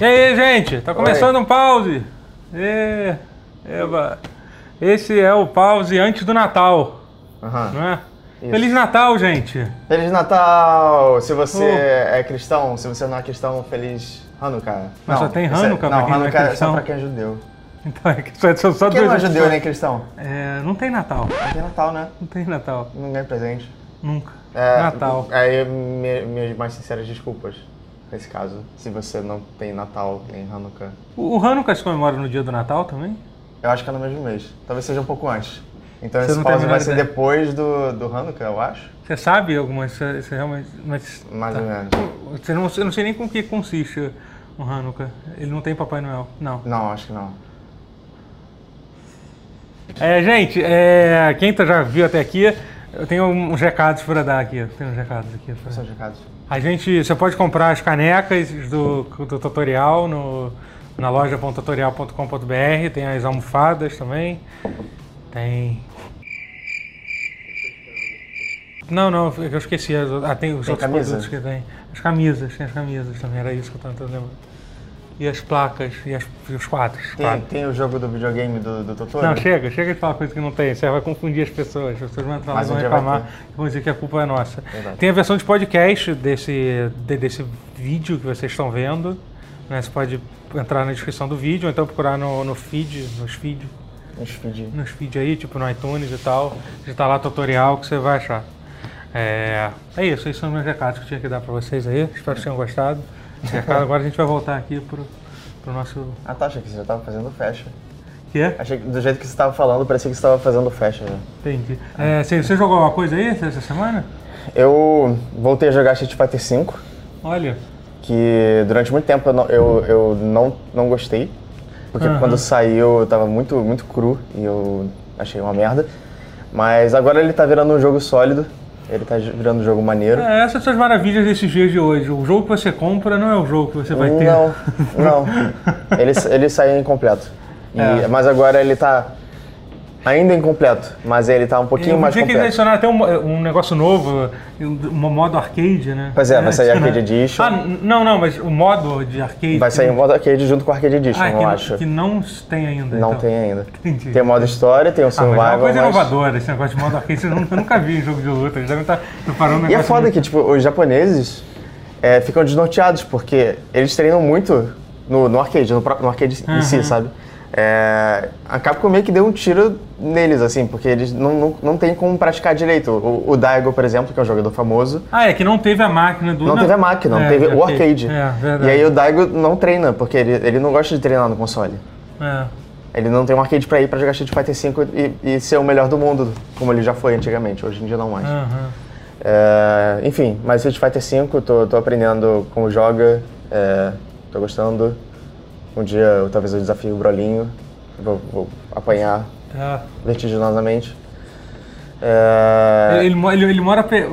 E aí, gente? Tá começando um pause. E... Eba. Esse é o pause antes do Natal, Aham. não é? Isso. Feliz Natal, gente. Feliz Natal! Se você Oh. é cristão, se você não é cristão, feliz Hanukkah. Mas só tem isso é- Hanukkah pra não, quem não é Hanukkah cristão. só pra quem é judeu. Então, é que só, só, só Quem dois- não é judeu nem cristão? É, não tem Natal. Não tem Natal, né? Não tem Natal. Não ganha presente. Nunca. É, Natal. Aí, mi- minhas mais sinceras desculpas nesse caso. Se você não tem Natal, nem Hanukkah. O o Hanukkah se comemora no dia do Natal também? Eu acho que é no mesmo mês. Talvez seja um pouco antes. Então Você esse não tem a pause menor vai ser ideia. depois do, do Hanukkah, eu acho. Você sabe algumas... Você você realmente... Mas, Mais ou menos. você não, eu não sei nem com que consiste o Hanukkah. Ele não tem Papai Noel. Não. Não, acho que não. É, gente, é, quem tá- já viu até aqui, eu tenho um, uns recados pra dar aqui. Tem uns recados aqui. pra- São os recados. A gente, você pode comprar as canecas do, do tutorial no, na loja.tutorial.com.br, tem as almofadas também, tem... Não, não, eu esqueci. as outras- Ah, tem os Tem outros camisa? produtos que tem. As camisas, tem as camisas também, era isso que eu tava tentando lembrar. E as placas, e, as- e os quadros. Tem, tem o jogo do videogame do, do Totoro? Tá. Não, chega, chega de falar coisa que não tem. Você vai confundir as pessoas. As pessoas vão entrar lá e Mas vão um dia vai reclamar e vão dizer que a culpa é nossa. Verdade. Tem a versão de podcast desse, de- desse vídeo que vocês estão vendo. né? Você pode entrar na descrição do vídeo, ou então procurar no, no feed, nos feed, Uns feed. nos feed aí, tipo no iTunes e tal. Digitar lá tutorial que você vai achar. É, é isso, esses são os meus recados que eu tinha que dar pra vocês aí. Espero que tenham gostado. Esse recado, Agora a gente vai voltar aqui pro, pro nosso. Ah, tá, achei que você já tava fazendo fecha. Que é? Achei que do jeito que você tava falando, parecia que você tava fazendo né? fecha já. Entendi. É, você, você jogou alguma coisa aí essa essa semana? Eu voltei a jogar Street Fighter V, Olha, que durante muito tempo eu não, eu, eu não, não gostei. Porque Aham. quando saiu eu tava muito, muito cru e eu achei uma merda. Mas agora ele tá virando um jogo sólido, ele tá virando um jogo maneiro. é, essas são as maravilhas desses dias de hoje. O jogo que você compra não é o jogo que você vai ter. Não, não. Ele, ele saiu incompleto. E- É. Mas agora ele tá ainda incompleto, mas ele tá um pouquinho Eu mais que eles completo. adicionaram até um, um negócio novo, um modo arcade, né? Pois é, vai sair adicionar- Arcade Edition. Ah, n- não, não, mas o modo de arcade. Vai sair um modo arcade junto com o Arcade Edition, ah, eu que, acho. que não tem ainda. Não então. tem ainda. Entendi. Tem o modo história, tem Ah, o mas survival, é uma coisa mas- inovadora, esse negócio de modo arcade, eu nunca, eu nunca vi em jogo de luta. Eles devem estar preparando um E negócio. é foda muito- que, tipo, os japoneses é, ficam desnorteados, porque eles treinam muito no, no arcade, no, próprio- no arcade em si, Uhum. sabe? É, a Capcom meio que deu um tiro neles, assim, porque eles não, não, não tem como praticar direito. O, o Daigo, por exemplo, que é um jogador famoso, Ah, é que não teve a máquina do. não, teve a máquina, não É, teve de o arcade. É, verdade. e aí o Daigo não treina, porque ele, ele não gosta de treinar no console. É. Ele não tem um arcade pra ir pra jogar Street Fighter V e, e ser o melhor do mundo, como ele já foi antigamente, hoje em dia não mais. Aham. É, enfim, mas Street Fighter V, tô, tô aprendendo como joga, é, tô gostando. Um dia eu, talvez eu desafie o Brolinho, vou, vou apanhar Tá. vertiginosamente. É, Ele, mo- ele- ele mora pe-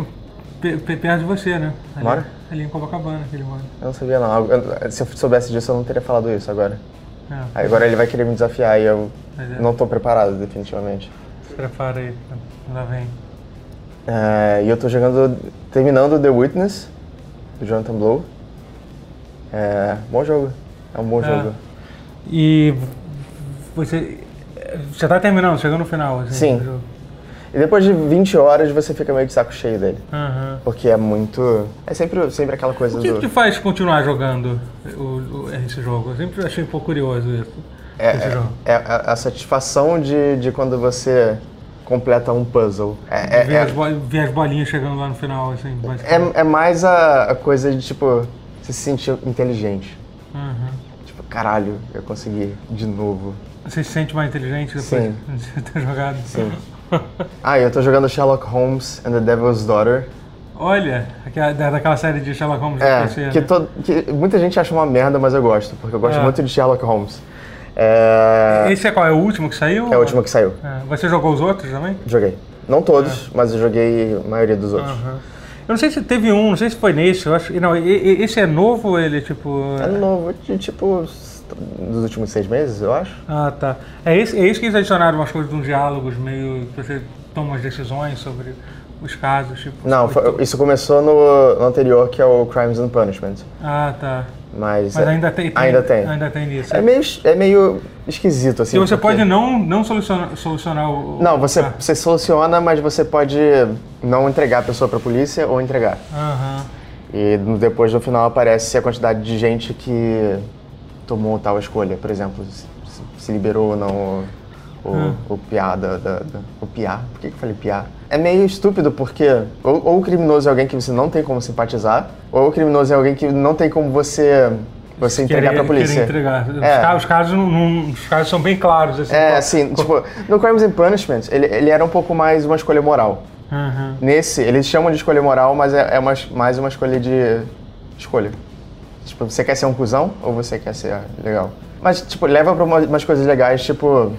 pe- pe- perto de você, né? Ali, Mora? Ali em Copacabana que ele mora. eu não sabia não, Eu- se eu soubesse disso eu não teria falado isso agora. É, Aí Agora ele vai querer me desafiar e eu Mas é. não tô preparado, definitivamente. se prepara aí, lá vem. É, e eu tô jogando, terminando The Witness, do Jonathan Blow. É, bom jogo, é um bom É. jogo. E você. Você tá terminando, chegando no final, assim, Sim. do jogo. E depois de 20 horas você fica meio de saco cheio dele. Aham. Porque é muito. É sempre, sempre aquela coisa O que do. te faz continuar jogando o- o- esse jogo? Eu sempre achei um pouco curioso isso. É, esse é- jogo. é a, a satisfação de, de quando você completa um puzzle. É, é, ver, é, as bo- ver as bolinhas chegando lá no final, assim, basicamente. é- é mais a, a coisa de tipo. Você se sentir inteligente. Aham. Tipo, caralho, eu consegui de novo. Você se sente mais inteligente depois Sim. de você ter jogado? Sim. ah, eu tô jogando Sherlock Holmes and the Devil's Daughter. Olha, aquela, da- daquela série de Sherlock Holmes do PC, É, que, né? to- que muita gente acha uma merda, mas eu gosto, porque eu gosto É. muito de Sherlock Holmes. É, Esse é qual? É o último que saiu? é o último que saiu. É, Você jogou os outros também? Joguei. Não todos, É. mas eu joguei a maioria dos outros. Eu não sei se teve um, não sei se foi nesse, eu acho. Não, e- e- esse é novo ou ele é tipo. É novo, de, tipo, s- dos últimos seis meses, eu acho. Ah, tá. É isso é esse que eles adicionaram umas coisas de uns diálogos meio. que você toma umas decisões sobre os casos, tipo. Não, foi- isso começou no, no anterior, que é o Crimes and Punishment. Ah, tá. Mas, Mas é- ainda tem, Ainda tem. Ainda tem nisso. É, meio, é meio esquisito, assim. e você porque- pode não, não solucionar, solucionar o. Não, você, Ah, você soluciona, mas você pode não entregar a pessoa pra polícia ou entregar. Aham. E no- depois no final aparece a quantidade de gente que tomou tal escolha, por exemplo, se, se liberou ou não o, o, Hum. o piá da, da- da- O piá? Por que que eu falei piá? É meio estúpido porque ou, ou o criminoso é alguém que você não tem como simpatizar, ou o criminoso é alguém que não tem como você, você entregar pra Querer- querer polícia. entregar. Os É. ca- Os, casos não, não- os casos são bem claros. Assim, É, qual- assim, tipo, no Crimes and Punishment, ele, ele era um pouco mais uma escolha moral. Aham. Nesse, eles chamam de escolha moral, mas é, é uma es- mais uma escolha de escolha. Tipo, você quer ser um cuzão ou você quer ser ah, legal? Mas, tipo, leva pra uma- umas coisas legais, tipo,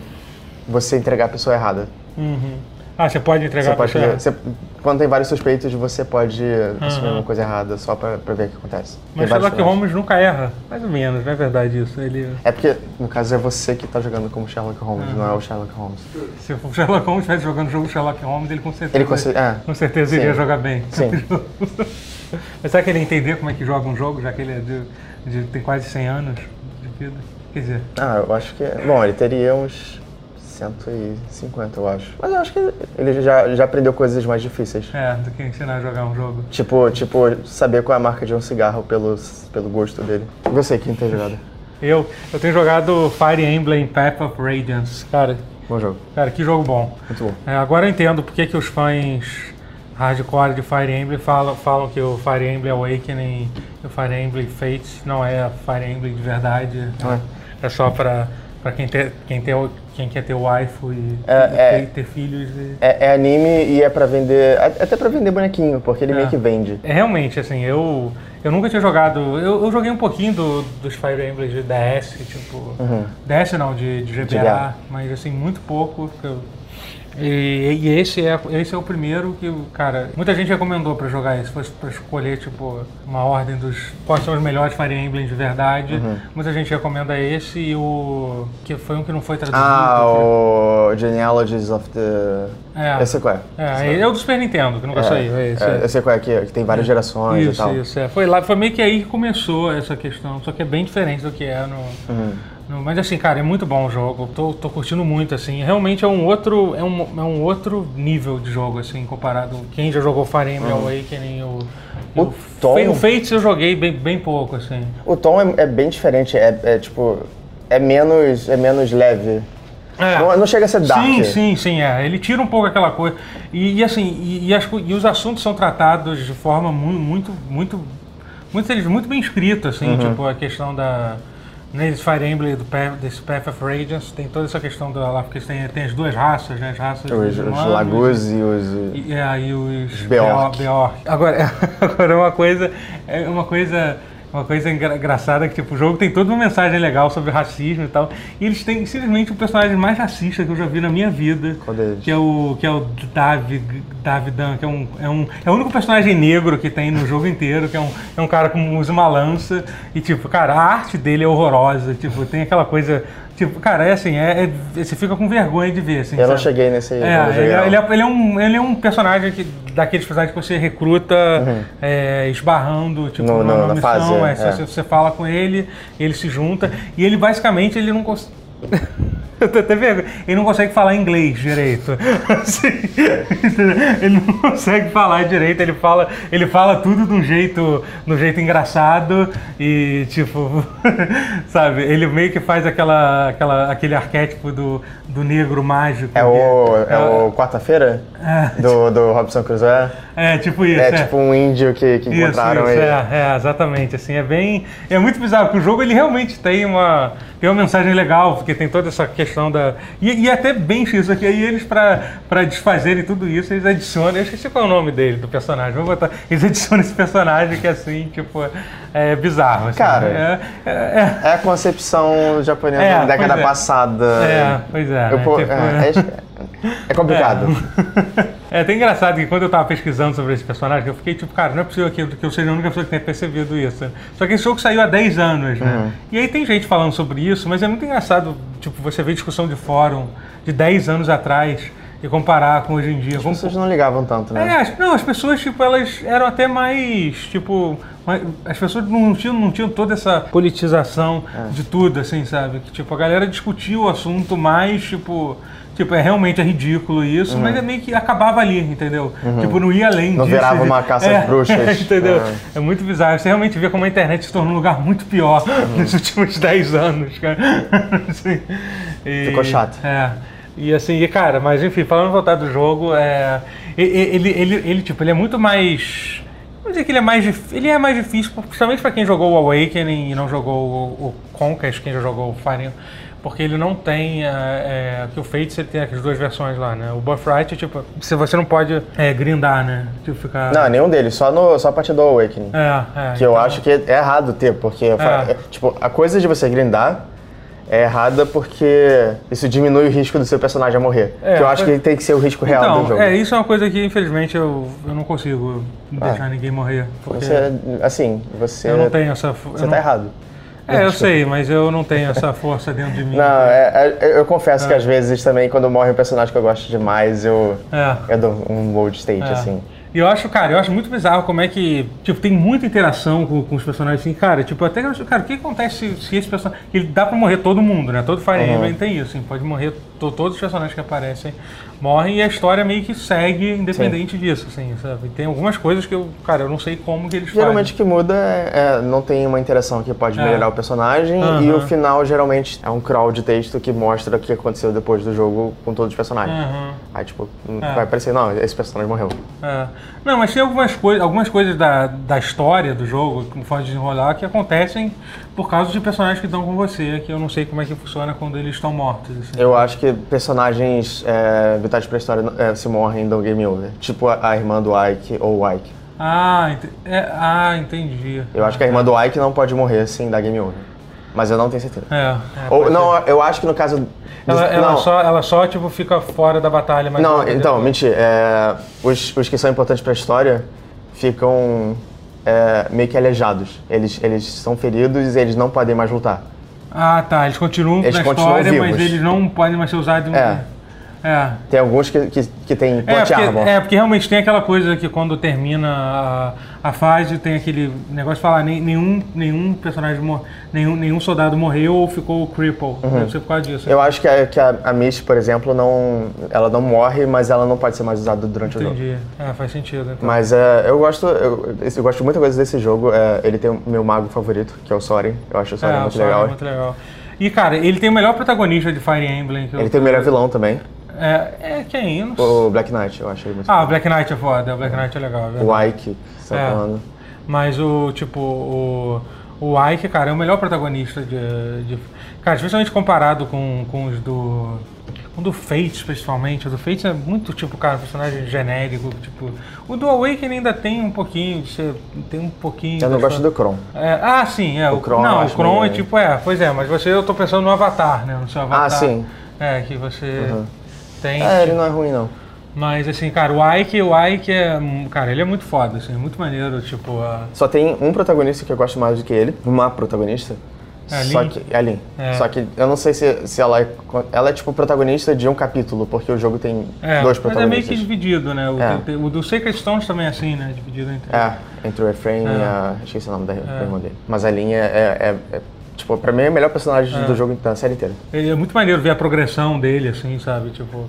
você entregar a pessoa errada. Uhum. Ah, você pode entregar Você pra pode, pessoa. você- quando tem vários suspeitos, você pode assumir uma coisa errada só pra, pra ver o que acontece. Tem Mas vários Sherlock finais. Holmes nunca erra. Mais ou menos, não é verdade isso. Ele, É porque, no caso, é você que tá jogando como Sherlock Holmes, não é o Sherlock Holmes. se o Sherlock Holmes estivesse jogando o jogo Sherlock Holmes, ele com certeza, Ele consegue. É, com certeza Sim. iria jogar bem. sim. Mas será que ele ia entender como é que joga um jogo, já que ele é de, de- tem quase 100 anos de vida? Quer dizer, Ah, eu acho que. Bom, ele teria uns 150, eu acho. Mas eu acho que ele já, já aprendeu coisas mais difíceis. é, do que ensinar a jogar um jogo. Tipo, tipo, saber qual é a marca de um cigarro pelo, pelo gosto dele. Você que não tem jogado. Eu, eu tenho jogado Fire Emblem Path of Radiance. Cara, Bom jogo. cara, que jogo bom. Muito bom. É, agora eu entendo porque que os fãs hardcore de Fire Emblem falam, falam que o Fire Emblem Awakening e o Fire Emblem Fates não é Fire Emblem de verdade. Ah. É, só pra, pra quem, ter, quem, ter, o- quem quer ter waifu e É, ter, é. ter filhos. e- É, é anime e é pra vender. é- Até pra vender bonequinho, porque ele meio que vende. É, Realmente, assim, eu, eu nunca tinha jogado. Eu, eu joguei um pouquinho do, dos Fire Emblem de DS, tipo. DS não, de, de GBA, GBA. mas assim, muito pouco. porque eu- e, e esse, é, esse é o primeiro que, cara, muita gente recomendou pra jogar isso. Fosse pra escolher, tipo, uma ordem dos. Quais são os melhores Fire Emblem de verdade. Muita gente recomenda esse e o. Que foi um que não foi traduzido. Ah, que- o Genealogies of the. É. Eu sei qual é. É, é o do Super Nintendo, que nunca saiu. É, esse, é. eu sei qual é, que, que tem várias gerações e Isso, tal. isso. É. Foi, lá, foi meio que aí que começou essa questão, só que é bem diferente do que é no. Uhum. no- mas assim, cara, é muito bom o jogo. Tô, tô curtindo muito, assim. Realmente é um outro. É um, é um outro nível de jogo, assim, comparado. Quem já jogou Fire Emblem Awakening, o. Uhum. O Tom- Fe- o Fates eu joguei bem, bem pouco, assim. O tom é, é bem diferente, é, é tipo. É menos, é menos leve. É. Não, não chega a ser dark. Sim, sim, sim, é. Ele tira um pouco aquela coisa. E, e, assim, e, e as co- e os assuntos são tratados de forma mu- muito, muito, muito, eles muito bem escrito, assim, Uhum. tipo a questão da né, nesse Fire Emblem do Path, desse Path of Radiance, tem toda essa questão da lá, porque tem, tem as duas raças, né? As raças Os, dos os humanos lagos e os. e, é, e os Beorc. Beo- Beorc. Agora, agora é uma coisa, é uma coisa, uma coisa engra- engraçada que tipo, o jogo tem toda uma mensagem legal sobre racismo e tal. E eles têm simplesmente o personagem mais racista que eu já vi na minha vida. Qual deles? Que é o que é o Davi Davidan, que é um, é um é o único personagem negro que tem no jogo inteiro, que é um, é um cara que usa uma lança e tipo, cara, a arte dele é horrorosa, tipo, tem aquela coisa, tipo, cara, é assim, é, é- você fica com vergonha de ver, assim. Eu não sabe? cheguei nesse. É, nesse ele, grau. é- ele é, ele é um, ele é um personagem que, daqueles personagens que você recruta é, esbarrando, tipo, Uhum. No- numa no- numa na fase, missão, é, é. Você, você fala com ele, ele se junta, e ele basicamente ele não consegue. Eu tô até vergonha. Ele não consegue falar inglês direito. Assim, ele não consegue falar direito, ele fala, ele fala tudo de um jeito, de um jeito engraçado e tipo, sabe, ele meio que faz aquela, aquela aquele arquétipo do, do negro mágico. É o, é Ah. o quarta-feira É. do, do Robson Crusoe. É, tipo isso. É, tipo um índio que, que Isso, encontraram isso, ele. é, é, exatamente, assim, é bem, é muito bizarro, porque o jogo ele realmente tem uma, tem uma mensagem legal, porque tem toda essa questão da, e, e até bem isso aqui, aí eles pra, pra desfazerem tudo isso, eles adicionam, eu esqueci qual é o nome dele, do personagem, vou botar, eles adicionam esse personagem que assim, tipo, é bizarro, assim, Cara. é, é, É a concepção japonesa É, da década pois é. passada. é, é, pois é, Eu né, po- tipo, é, é- é complicado. É, até engraçado que quando eu tava pesquisando sobre esse personagem, eu fiquei tipo, cara, não é possível que, que eu seja a única pessoa que tenha percebido isso. Só que esse jogo saiu há 10 anos, né? E aí tem gente falando sobre isso, mas é muito engraçado, tipo, você vê discussão de fórum de 10 anos atrás. e comparar com hoje em dia. Vamos- Vocês não ligavam tanto, É, né? as- não, as pessoas, tipo, elas eram até mais, tipo, mais- as pessoas não tinham, não tinham toda essa politização É. de tudo, assim, sabe? Que, tipo, a galera discutia o assunto mais, tipo, tipo, é realmente é ridículo isso, mas é meio que acabava ali, entendeu? Tipo, não ia além Uhum. Não disso. É, virava uma caça às bruxas. entendeu? É. É muito bizarro. Você realmente vê como a internet se tornou um lugar muito pior Uhum. nos últimos 10 anos, cara. Assim, e- Ficou chato. é. E assim, e cara, mas enfim, falando voltar do jogo, é, e- e- ele, ele, ele, tipo, ele é muito mais. Vamos dizer que ele é mais dif- ele é mais difícil, principalmente pra quem jogou o Awakening e não jogou o, o Conquest, quem já jogou o Fire, porque ele não tem é, é, que o Fates ele tem as duas versões lá, né? O Birthright, tipo, se você não pode é, grindar, né? Tipo, ficar Não, nenhum deles, só, no, só a partir do Awakening. é, é, Que eu acho que é errado ter, porque fa- é, tipo, a coisa de você grindar é errada porque isso diminui o risco do seu personagem a morrer. É, que eu acho foi- que tem que ser o risco real então, do jogo. é, isso é uma coisa que infelizmente eu, eu não consigo deixar ninguém morrer. Porque Ah. Você, assim, você. eu não tenho essa. fo- eu Você não- tá errado. É, eu sei, mas eu não tenho essa força dentro de mim. Não, é- é- eu confesso que às vezes também, quando morre um personagem que eu gosto demais, eu, É. eu dou um mode state, É. assim. E eu acho, cara, eu acho muito bizarro como é que, tipo, tem muita interação com, com os personagens, assim, cara, tipo, até, que eu acho, cara, o que acontece se, se esse personagem, ele dá pra morrer todo mundo, né, todo Fire Emblem tem isso, assim, pode morrer, to- todos os personagens que aparecem morrem e a história meio que segue independente disso, assim, sabe, E tem algumas coisas que eu, cara, eu não sei como que eles Geralmente o que muda é, é, não tem uma interação que pode É. melhorar o personagem Aham. e o final geralmente é um crawl de texto que mostra o que aconteceu depois do jogo com todos os personagens. fazem. Aham. Aí tipo, É. vai aparecer, não, esse personagem morreu. É. Não, mas tem algumas, coi algumas coisas da, da história do jogo, como pode desenrolar, que acontecem por causa de personagens que estão com você, que eu não sei como é que funciona quando eles estão mortos. assim. Eu acho que personagens é, vitais pra história é, se morrem do game over. Tipo a, a irmã do Ike ou o Ike. Ah, ent é, ah, entendi. Eu acho que a irmã do Ike não pode morrer sem dar game over. Mas eu não tenho certeza. É, é, Ou, pode ser. não, eu acho que no caso. Ela, ela não, só, ela só, tipo, fica fora da batalha, mas... Não, ela- então, mentira. É, os, os que são importantes pra história ficam é, meio que aleijados. Eles, eles são feridos e eles não podem mais lutar. Ah, tá, eles continuam Eles na continuam história, mas vivos. eles não podem mais ser usados... É. É. Tem alguns que, que, que tem É plot porque, armor. é, porque realmente tem aquela coisa que quando termina a, a fase, tem aquele negócio de falar nem- nenhum, nenhum personagem, mor- nenhum, nenhum soldado morreu ou ficou cripple. Deve ser por causa disso. Uhum. Eu acho que a, que a, a Mist, por exemplo, não, ela não morre, mas ela não pode ser mais usada durante o jogo. Entendi. É, faz sentido. Então. Mas é, eu gosto eu, esse- eu gosto de muita coisa desse jogo. É, ele tem o meu mago favorito, que é o Soren. Eu acho o Soren é, muito o Sora legal. é muito legal. E, cara, ele tem o melhor protagonista de Fire Emblem. Que eu- Ele tem o melhor vilão também, É, é quem? Eu não sei. o Black Knight. Eu acho ele muito Ah, o Black Knight é foda. O Black Knight é legal. é verdade. O Ike, que você tá É. falando. Mas o, tipo, o, o Ike, cara, é o melhor protagonista de. de- cara, especialmente comparado com, com os do. Com o do Fates, principalmente. O do Fates é muito, tipo, cara, personagem genérico. Tipo, o do Awakening ainda tem um pouquinho. de ser- Tem um pouquinho. Eu não das gosto do Kron. coisas- É, ah, sim, é. O, Kron, eu Não, o acho Kron é meio- Ah, tipo, é, pois é, mas você, eu tô pensando no Avatar, né? No seu Avatar. sim. Uhum. É, que você tem. É, ele não é ruim, não. Mas assim, cara, o Ike, o Ike é. um- Cara, ele é muito foda, assim, muito maneiro, tipo. a- Só tem um protagonista que eu gosto mais do que ele, uma protagonista. É a Só Lin? que, é a Lin. É. Só que eu não sei se, se ela é. Ela é tipo protagonista de um capítulo, porque o jogo tem É, mas dois é meio que protagonistas. dividido, né? O, É. tem- o do Sacred Stones também é assim, né? Dividido entre. É, entre o Efraim e a. É. Esqueci o nome da da irmã dele. Mas a Lin é, é- é- é, Tipo, pra mim é o melhor personagem do jogo da série inteira. Ele é muito maneiro ver a progressão dele, assim, sabe? Tipo,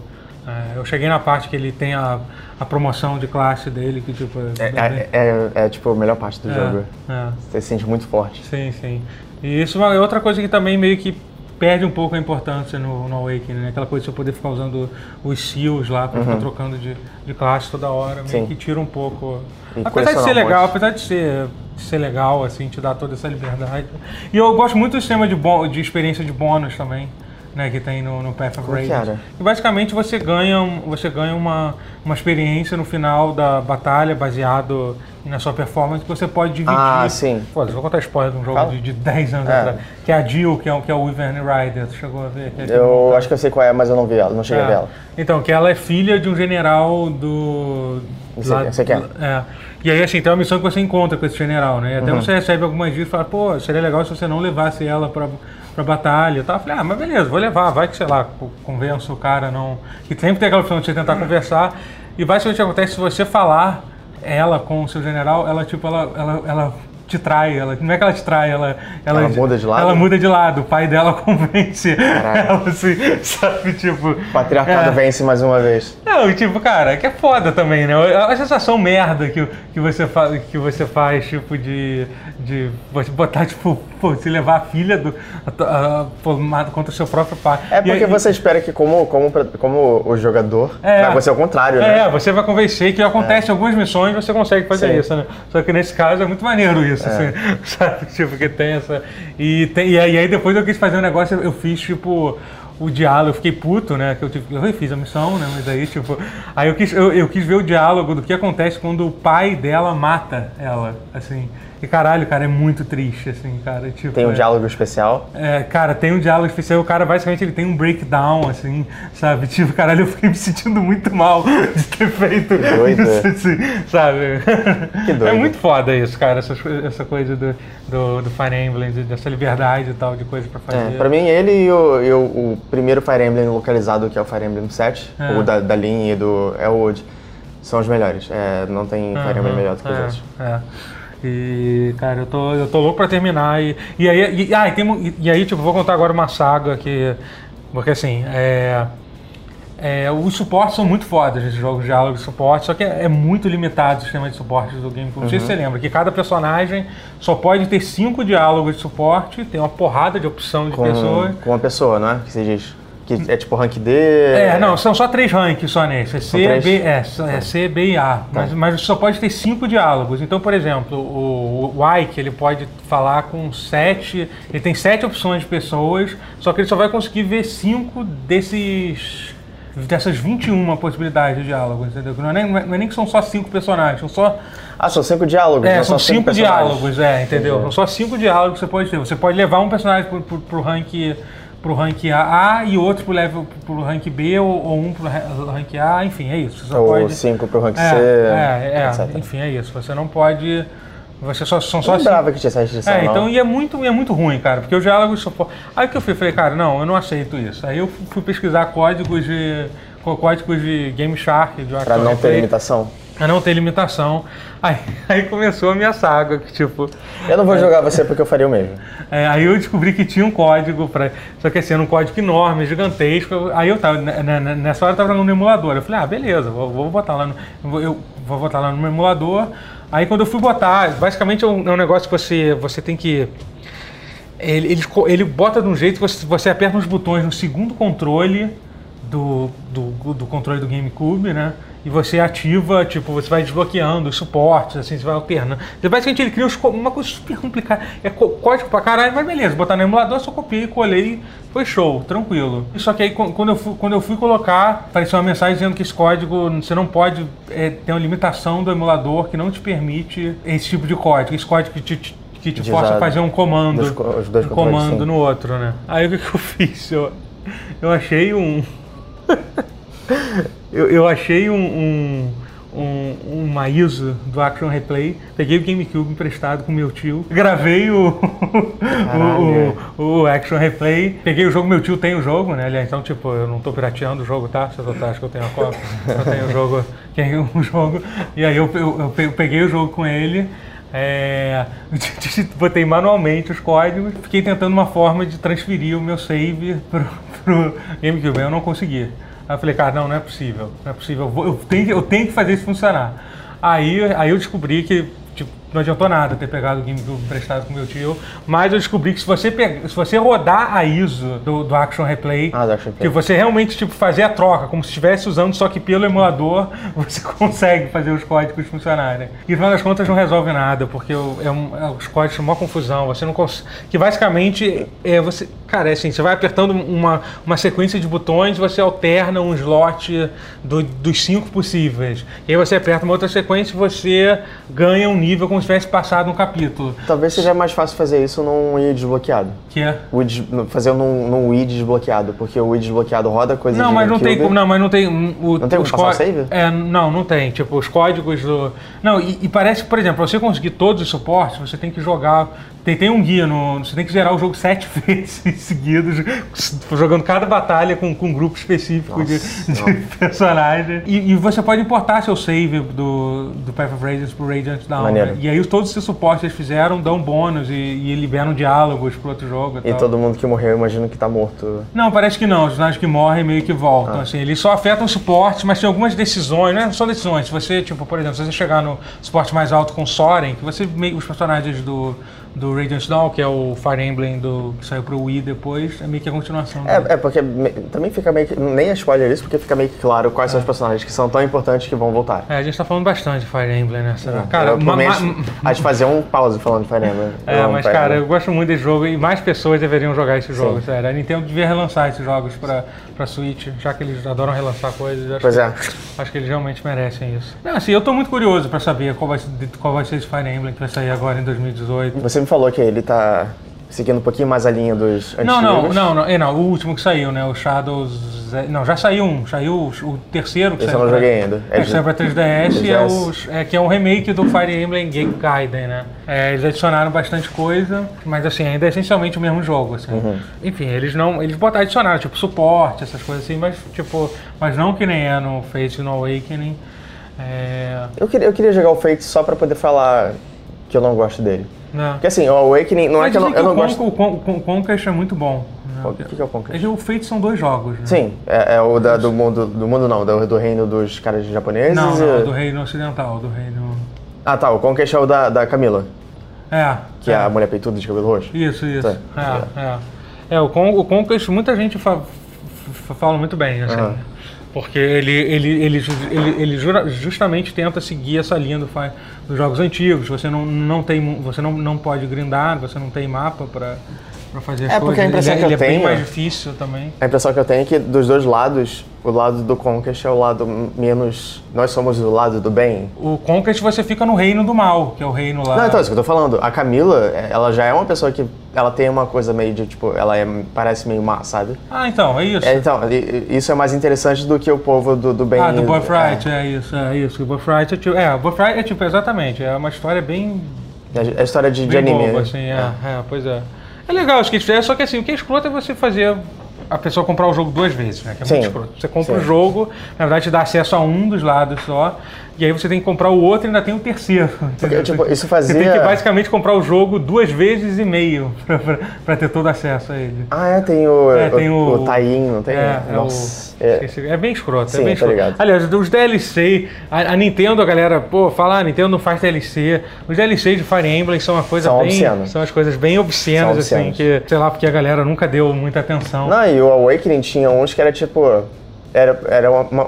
é, eu cheguei na parte que ele tem a, a promoção de classe dele, que tipo. É, é, é- é, tipo a melhor parte do jogo. é. Você se sente muito forte. Sim, sim. E isso é outra coisa que também meio que perde um pouco a importância no, no Awakening, né? Aquela coisa de você poder ficar usando os seals lá, pra ficar trocando de, de classe toda hora, meio Uhum. Sim. que tira um pouco. E apesar de colecionar ser um legal, monte. apesar de ser, de ser legal, assim, te dar toda essa liberdade. E eu gosto muito do sistema de, bo- de experiência de bônus também. Né, que tem no, no Path of é que Radiance. era? E basicamente você ganha, um- você ganha uma, uma experiência no final da batalha baseado na sua performance que você pode dividir. Ah, sim. Foda-se, vou contar spoiler de um jogo Fala. de, de 10 anos É. atrás. Que é a Jill, que é, o- que é o Wyvern Rider. Tu chegou a ver? Que é aquele Eu Ah, acho que eu sei qual é, mas eu não vi ela, não cheguei a ver é. ela. Então, que ela é filha de um general do, Você, Lá- você quer? É. E aí, assim, tem uma missão que você encontra com esse general, né? E Uhum. Até você recebe algumas dicas e fala, pô, seria legal se você não levasse ela pra, pra batalha e tal. Eu falei, ah, mas beleza, vou levar, vai que, sei lá, co- convenço o cara, não... E sempre tem aquela opção de você Uhum. tentar conversar. E vai saber o que acontece se você falar ela com o seu general, ela, tipo, ela... ela, ela te trai, ela, não é que ela te trai, ela, ela, Ela muda de lado? né? Ela muda de lado, o pai dela convence ela, assim, sabe, tipo... Patriarcado é. vence mais uma vez. Não, e tipo, cara, que é foda também, né? A a sensação merda que, que, você, fa que você faz, tipo, de, de você botar, tipo, pô, se levar a filha do, a, a- pô, mata contra o seu próprio pai. É E porque aí- você espera que, como, como, pra- como o jogador, É. vai acontecer o contrário, né? É. É, você vai convencer que acontece algumas missões você consegue fazer Sim. isso, né? Só que nesse caso é muito maneiro isso, assim, sabe? Tipo, que tem essa. E, tem- e aí, e aí depois eu quis fazer um negócio, eu fiz tipo. O diálogo, eu fiquei puto, né? Que eu, tive, eu fiz a missão, né? Mas aí, tipo. Aí eu quis, eu, eu quis ver o diálogo do que acontece quando o pai dela mata ela, assim. E caralho, cara, é muito triste, assim, cara. Tipo, Tem um é- diálogo especial. é, cara, tem um diálogo especial, o cara basicamente ele tem um breakdown, assim, sabe? Tipo, caralho, eu fiquei me sentindo muito mal de ter feito doido, isso, é. assim, sabe? Que doido. É muito foda isso, cara, essas co- essa, coisa do, do, do Fire Emblem, de- dessa liberdade e tal, de coisa pra fazer. É, pra mim, ele e o, e o- o primeiro Fire Emblem localizado, que é o Fire Emblem 7, É. o da, da Lin e do Elwood, são os melhores. É, não tem Fire Emblem Aham, melhor do que os é, outros. é. E, cara, eu tô, eu tô louco pra terminar. E, e aí, e, ah, e, tem mu- e- e aí, tipo, vou contar agora uma saga que. Porque assim, é. é, os suportes são muito fodas esses jogos de diálogo e suporte, só que é, é muito limitado o sistema de suportes do GameCube. Não sei Uhum. se você lembra, que cada personagem só pode ter cinco diálogos de suporte, tem uma porrada de opção de pessoas. Com, com uma pessoa, não é? Que você diz. Que é tipo rank D. Hum. É, não, são só três ranks só nesse. É C, três? B, é, só- é C, B e A. Mas, mas só pode ter cinco diálogos. Então, por exemplo, o, o Ike, ele pode falar com sete. Ele tem sete opções de pessoas, só que ele só vai conseguir ver cinco desses. Dessas 21 possibilidades de diálogo, entendeu? Que Não é, nem, não é nem que são só cinco personagens, são só Ah, são cinco diálogos. é, não são só cinco personagens. diálogos, é, entendeu? São só cinco diálogos que você pode ter. Você pode levar um personagem pro, pro, pro rank pro rank A e outro pro level pro rank B ou, ou um pro ra- rank A, enfim, é isso. Você só Ou pode cinco pro rank é, C, é, é, etc. enfim, é isso. Você não pode você só são Eu só cinco lembrava que tinha essa restrição. é, não. então e é muito, e é muito ruim, cara, porque o diálogo só po- Aí que eu fui, falei, cara, não, eu não aceito isso. Aí eu fu- fui pesquisar códigos de có- códigos de Game Shark, de Pra Action não ter Replay, limitação. a não ter limitação. Aí, aí começou a minha saga, que tipo. Eu não vou jogar você porque eu faria o mesmo. é, aí eu descobri que tinha um código para Só que assim, era um código enorme, gigantesco. eu- Aí eu tava. né, né, né, Nessa hora eu tava jogando no emulador. Eu falei, ah, beleza, vou, vou botar lá no. vou- Eu vou botar lá no emulador. Aí quando eu fui botar, basicamente é um, é um negócio que você, você tem que. Ele, ele, co- ele bota de um jeito que você, você aperta uns botões no segundo controle do, do, do controle do GameCube, né? E você ativa, tipo, você vai desbloqueando os suportes, assim, você vai alternando. Então, Basicamente ele cria uns co- uma coisa super complicada. É co- código pra caralho, mas beleza, botar no emulador, só copiei, colei, foi show, tranquilo. Só que aí qu- quando eu fui, quando eu fui colocar, apareceu uma mensagem dizendo que esse código, você não pode, é, ter uma limitação do emulador que não te permite esse tipo de código. Esse código que te- te, que te De força a usar fazer um comando dos co- os dois um controles, comando sim. no outro, né? Aí o que, que eu fiz? Eu, eu achei um. eu, eu achei um. um um, uma ISO do Action Replay, peguei o GameCube emprestado com meu tio, gravei o, o, Caralho. é. o, o Action Replay, peguei o jogo, meu tio tem o jogo, né? Aliás, então, tipo, eu não tô pirateando o jogo, tá? Vocês acho que eu tenho a cópia, eu tenho o jogo, tenho o jogo, e aí eu, eu- eu pe- eu peguei o jogo com ele, é, botei manualmente os códigos, fiquei tentando uma forma de transferir o meu save pro, pro GameCube, eu não consegui. Aí eu falei, cara, não, não é possível, não é possível, eu, vou- eu tenho, que- eu tenho que fazer isso funcionar. Aí, aí eu descobri que Tipo, não adiantou nada ter pegado o GameCube emprestado com meu tio, mas eu descobri que se você, pega, se você rodar a ISO do, do Action Replay, Ah, do Action que Replay. você realmente tipo, fazer a troca, como se estivesse usando, só que pelo emulador você consegue fazer os códigos funcionarem. E no final das contas não resolve nada, porque o- é um- é- os códigos são uma confusão, você não consegue. Que basicamente é você. Cara, é assim, você vai apertando uma, uma sequência de botões, você alterna um slot do- dos cinco possíveis. E aí você aperta uma outra sequência e você ganha um nível como se tivesse passado um capítulo. Talvez seja mais fácil fazer isso num i desbloqueado. Que é. O i des- no- fazer num, num i desbloqueado, porque o i desbloqueado roda coisas Não, de mas não GameCube. tem como. Não, mas não tem. hum, O, Não tem como os passar có- o save? É, não, não tem. Tipo, os códigos do. Não, e, e parece que, por exemplo, pra você conseguir todos os suportes, você tem que jogar. Tem, tem um guia no. Você tem que zerar o jogo sete vezes seguidos, jogando cada batalha com, com um grupo específico de, Nossa, de personagem. E, e você pode importar seu save do, do Path of Radiance pro Radiant Down. Maneiro. né? E aí todos esses suportes que eles fizeram dão bônus e, e liberam diálogos pro outro jogo. E tal. todo mundo que morreu, eu imagino que tá morto. Não, parece que não. Os personagens que morrem meio que Ah. voltam. Assim, eles só afetam o suporte, mas tem algumas decisões, não é só decisões. Se você, tipo, por exemplo, se você chegar no suporte mais alto com o Soren, que você meio os personagens do, do Radiant Dawn, que é o Fire Emblem do, que saiu pro Wii depois, é meio que a continuação. dele. É, é porque me- também fica meio que. Nem é spoiler isso, porque fica meio que claro quais são os personagens que são tão importantes que vão voltar. É, a gente tá falando bastante de Fire Emblem, né? Será? Cara, eu, ma- prometo, ma- a gente fazer um pause falando de Fire Emblem. É, Não, mas Fire cara, Emblem. eu gosto muito desse jogo e mais pessoas deveriam jogar esse jogo, sério. A Nintendo devia relançar esses jogos pra, pra Switch, já que eles adoram relançar coisas. acho Pois que- é. Acho que eles realmente merecem isso. Não, assim, eu tô muito curioso pra saber qual vai, ser- de- qual vai ser esse Fire Emblem que vai sair agora em 2018. Você me falou que ele tá seguindo um pouquinho mais a linha dos antigos. Não, não, não, não, é, não, o último que saiu, né? O Shadows. é, Não, já saiu um, saiu o, o terceiro que Esse eu saiu. não pra- joguei ainda. É, que saiu pra 3DS, é, 3DS. o, é que é um remake do Fire Emblem Ga- Gaiden, né? É, eles adicionaram bastante coisa, mas assim, ainda é essencialmente o mesmo jogo, assim. Uhum. Enfim, eles não, eles botaram, adicionaram, tipo, suporte, essas coisas assim, mas tipo, mas não que nem é no Fate No Awakening. É, Eu queria, eu queria jogar o Fate só pra poder falar que eu não gosto dele. né? Porque assim, o Awakening não é Mas que eu dizem não, que eu não o, gosto. Con- o, Con- o Conquest é muito bom. né? O que, que é o Conquer? É que o Fate são dois jogos, né? Sim, é, é o da- do mundo. Do mundo não, do, do reino dos caras japoneses. Não, e- não, do reino ocidental, do reino... Ah tá, o Conquest é o da, da Camila, É. que é a mulher peituda de cabelo roxo. Isso, isso. Tá. É, é. É, o, Con o Conquest, muita gente fa- fa- fala muito bem, assim. Aham. Porque ele, ele, ele, ju- ele, ele jura- justamente tenta seguir essa linha do fi- dos jogos antigos. Você não, não, tem, mu- você não, não pode grindar, você não tem mapa para fazer as É, coisas. porque a impressão ele, que ele eu é bem tenho- mais difícil também. A impressão que eu tenho é que dos dois lados, o lado do Conquest é o lado menos. Nós somos o lado do bem. O Conquest você fica no reino do mal, que é o reino lá. Não, então, é isso que eu tô falando. A Camila, é- ela já é uma pessoa que. Ela tem uma coisa meio de, tipo, ela é- parece meio má, sabe? Ah, então, é isso. É, então, i- i- isso é mais interessante do que o povo do, do bem. Ah, do é. Birthright, é. isso, é isso. O Birthright é tipo, é, o Birthright é tipo, exatamente, é uma história bem, É a história de, de bem anime. boba, né? assim, é, é, pois é. É legal isso que eles fizeram, só que assim, o que é escroto é você fazer a pessoa comprar o jogo duas vezes, né, que é muito Sim, escroto. Você compra o sim. jogo, na verdade te dá acesso a um dos lados só, e aí você tem que comprar o outro e ainda tem o terceiro. Porque, entendeu? tipo, isso Você tem que fazia. basicamente comprar o jogo duas vezes e meio pra- pra pra ter todo acesso a ele. Ah, é, tem o. É, tem o- Tain, não tem? É, é, Nossa. o- É, esqueci. É bem escroto, Sim, é bem tá escroto. ligado. Aliás, os DLC, a, a Nintendo, a galera, pô, fala, a Nintendo não faz DLC. Os DLC de Fire Emblem são uma coisa São bem. obscenos. São as coisas bem obscenas, São assim, obscenos. que, sei lá, porque a galera nunca deu muita atenção. Não, e o Awakening tinha uns que era tipo. Era, era uma, uma,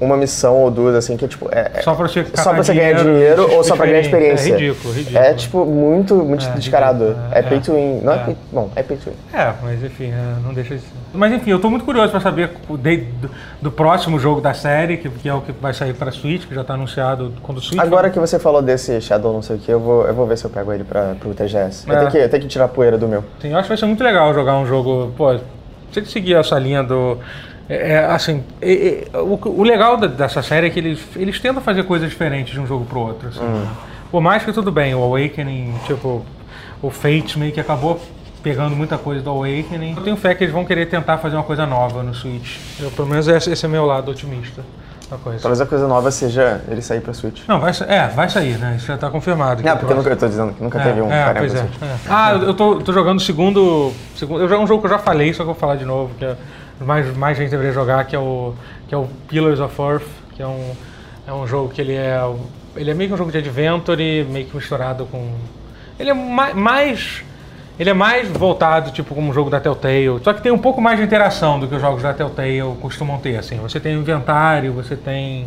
uma missão ou duas, assim, que tipo. É, é- Só pra você, só pra você ganhar dinheiro ou só pra ganhar experiência. É ridículo, ridículo. É tipo muito, muito É, descarado. ridículo, É, é. pay to win. Não é, É. pay, bom, é pay to win. É, mas enfim, é, não deixa de ser. Mas enfim, eu tô muito curioso pra saber o de- do, do próximo jogo da série, que, que é o que vai sair pra Switch, que já tá anunciado quando o Switch. Agora que você falou desse Shadow não sei o que, eu vou, eu vou ver se eu pego ele pra, pro TGS. Eu, É. tenho que, eu tenho que tirar a poeira do meu. Sim, eu acho que vai ser muito legal jogar um jogo. Pô, se ele seguir essa linha do. É, é, assim, é, é, o, o legal da- dessa série é que eles, eles tentam fazer coisas diferentes de um jogo pro outro. Assim. Hum. Por mais que tudo bem, o Awakening, tipo, o Fate meio que acabou pegando muita coisa do Awakening. Eu tenho fé que eles vão querer tentar fazer uma coisa nova no Switch. Eu, pelo menos esse, esse é meu lado otimista da coisa. Talvez a coisa nova seja ele sair pra Switch. Não, vai, sa- é, vai sair, né? Isso já tá confirmado. que Não, o porque eu, nunca, eu tô dizendo que nunca teve um é, Fire Emblem pois é, pra Switch. é. Ah, eu tô, tô jogando o segundo, segundo. Eu jogo um jogo que eu já falei, só que eu vou falar de novo, que é, mais, mais gente deveria jogar, que é o, que é o Pillars of Earth, que é um, é um jogo que ele é. o- Ele é meio que um jogo de adventure, meio que misturado com. Ele é ma- mais. Ele é mais voltado, tipo, como um jogo da Telltale. Só que tem um pouco mais de interação do que os jogos da Telltale costumam ter, assim. Você tem o inventário, você tem.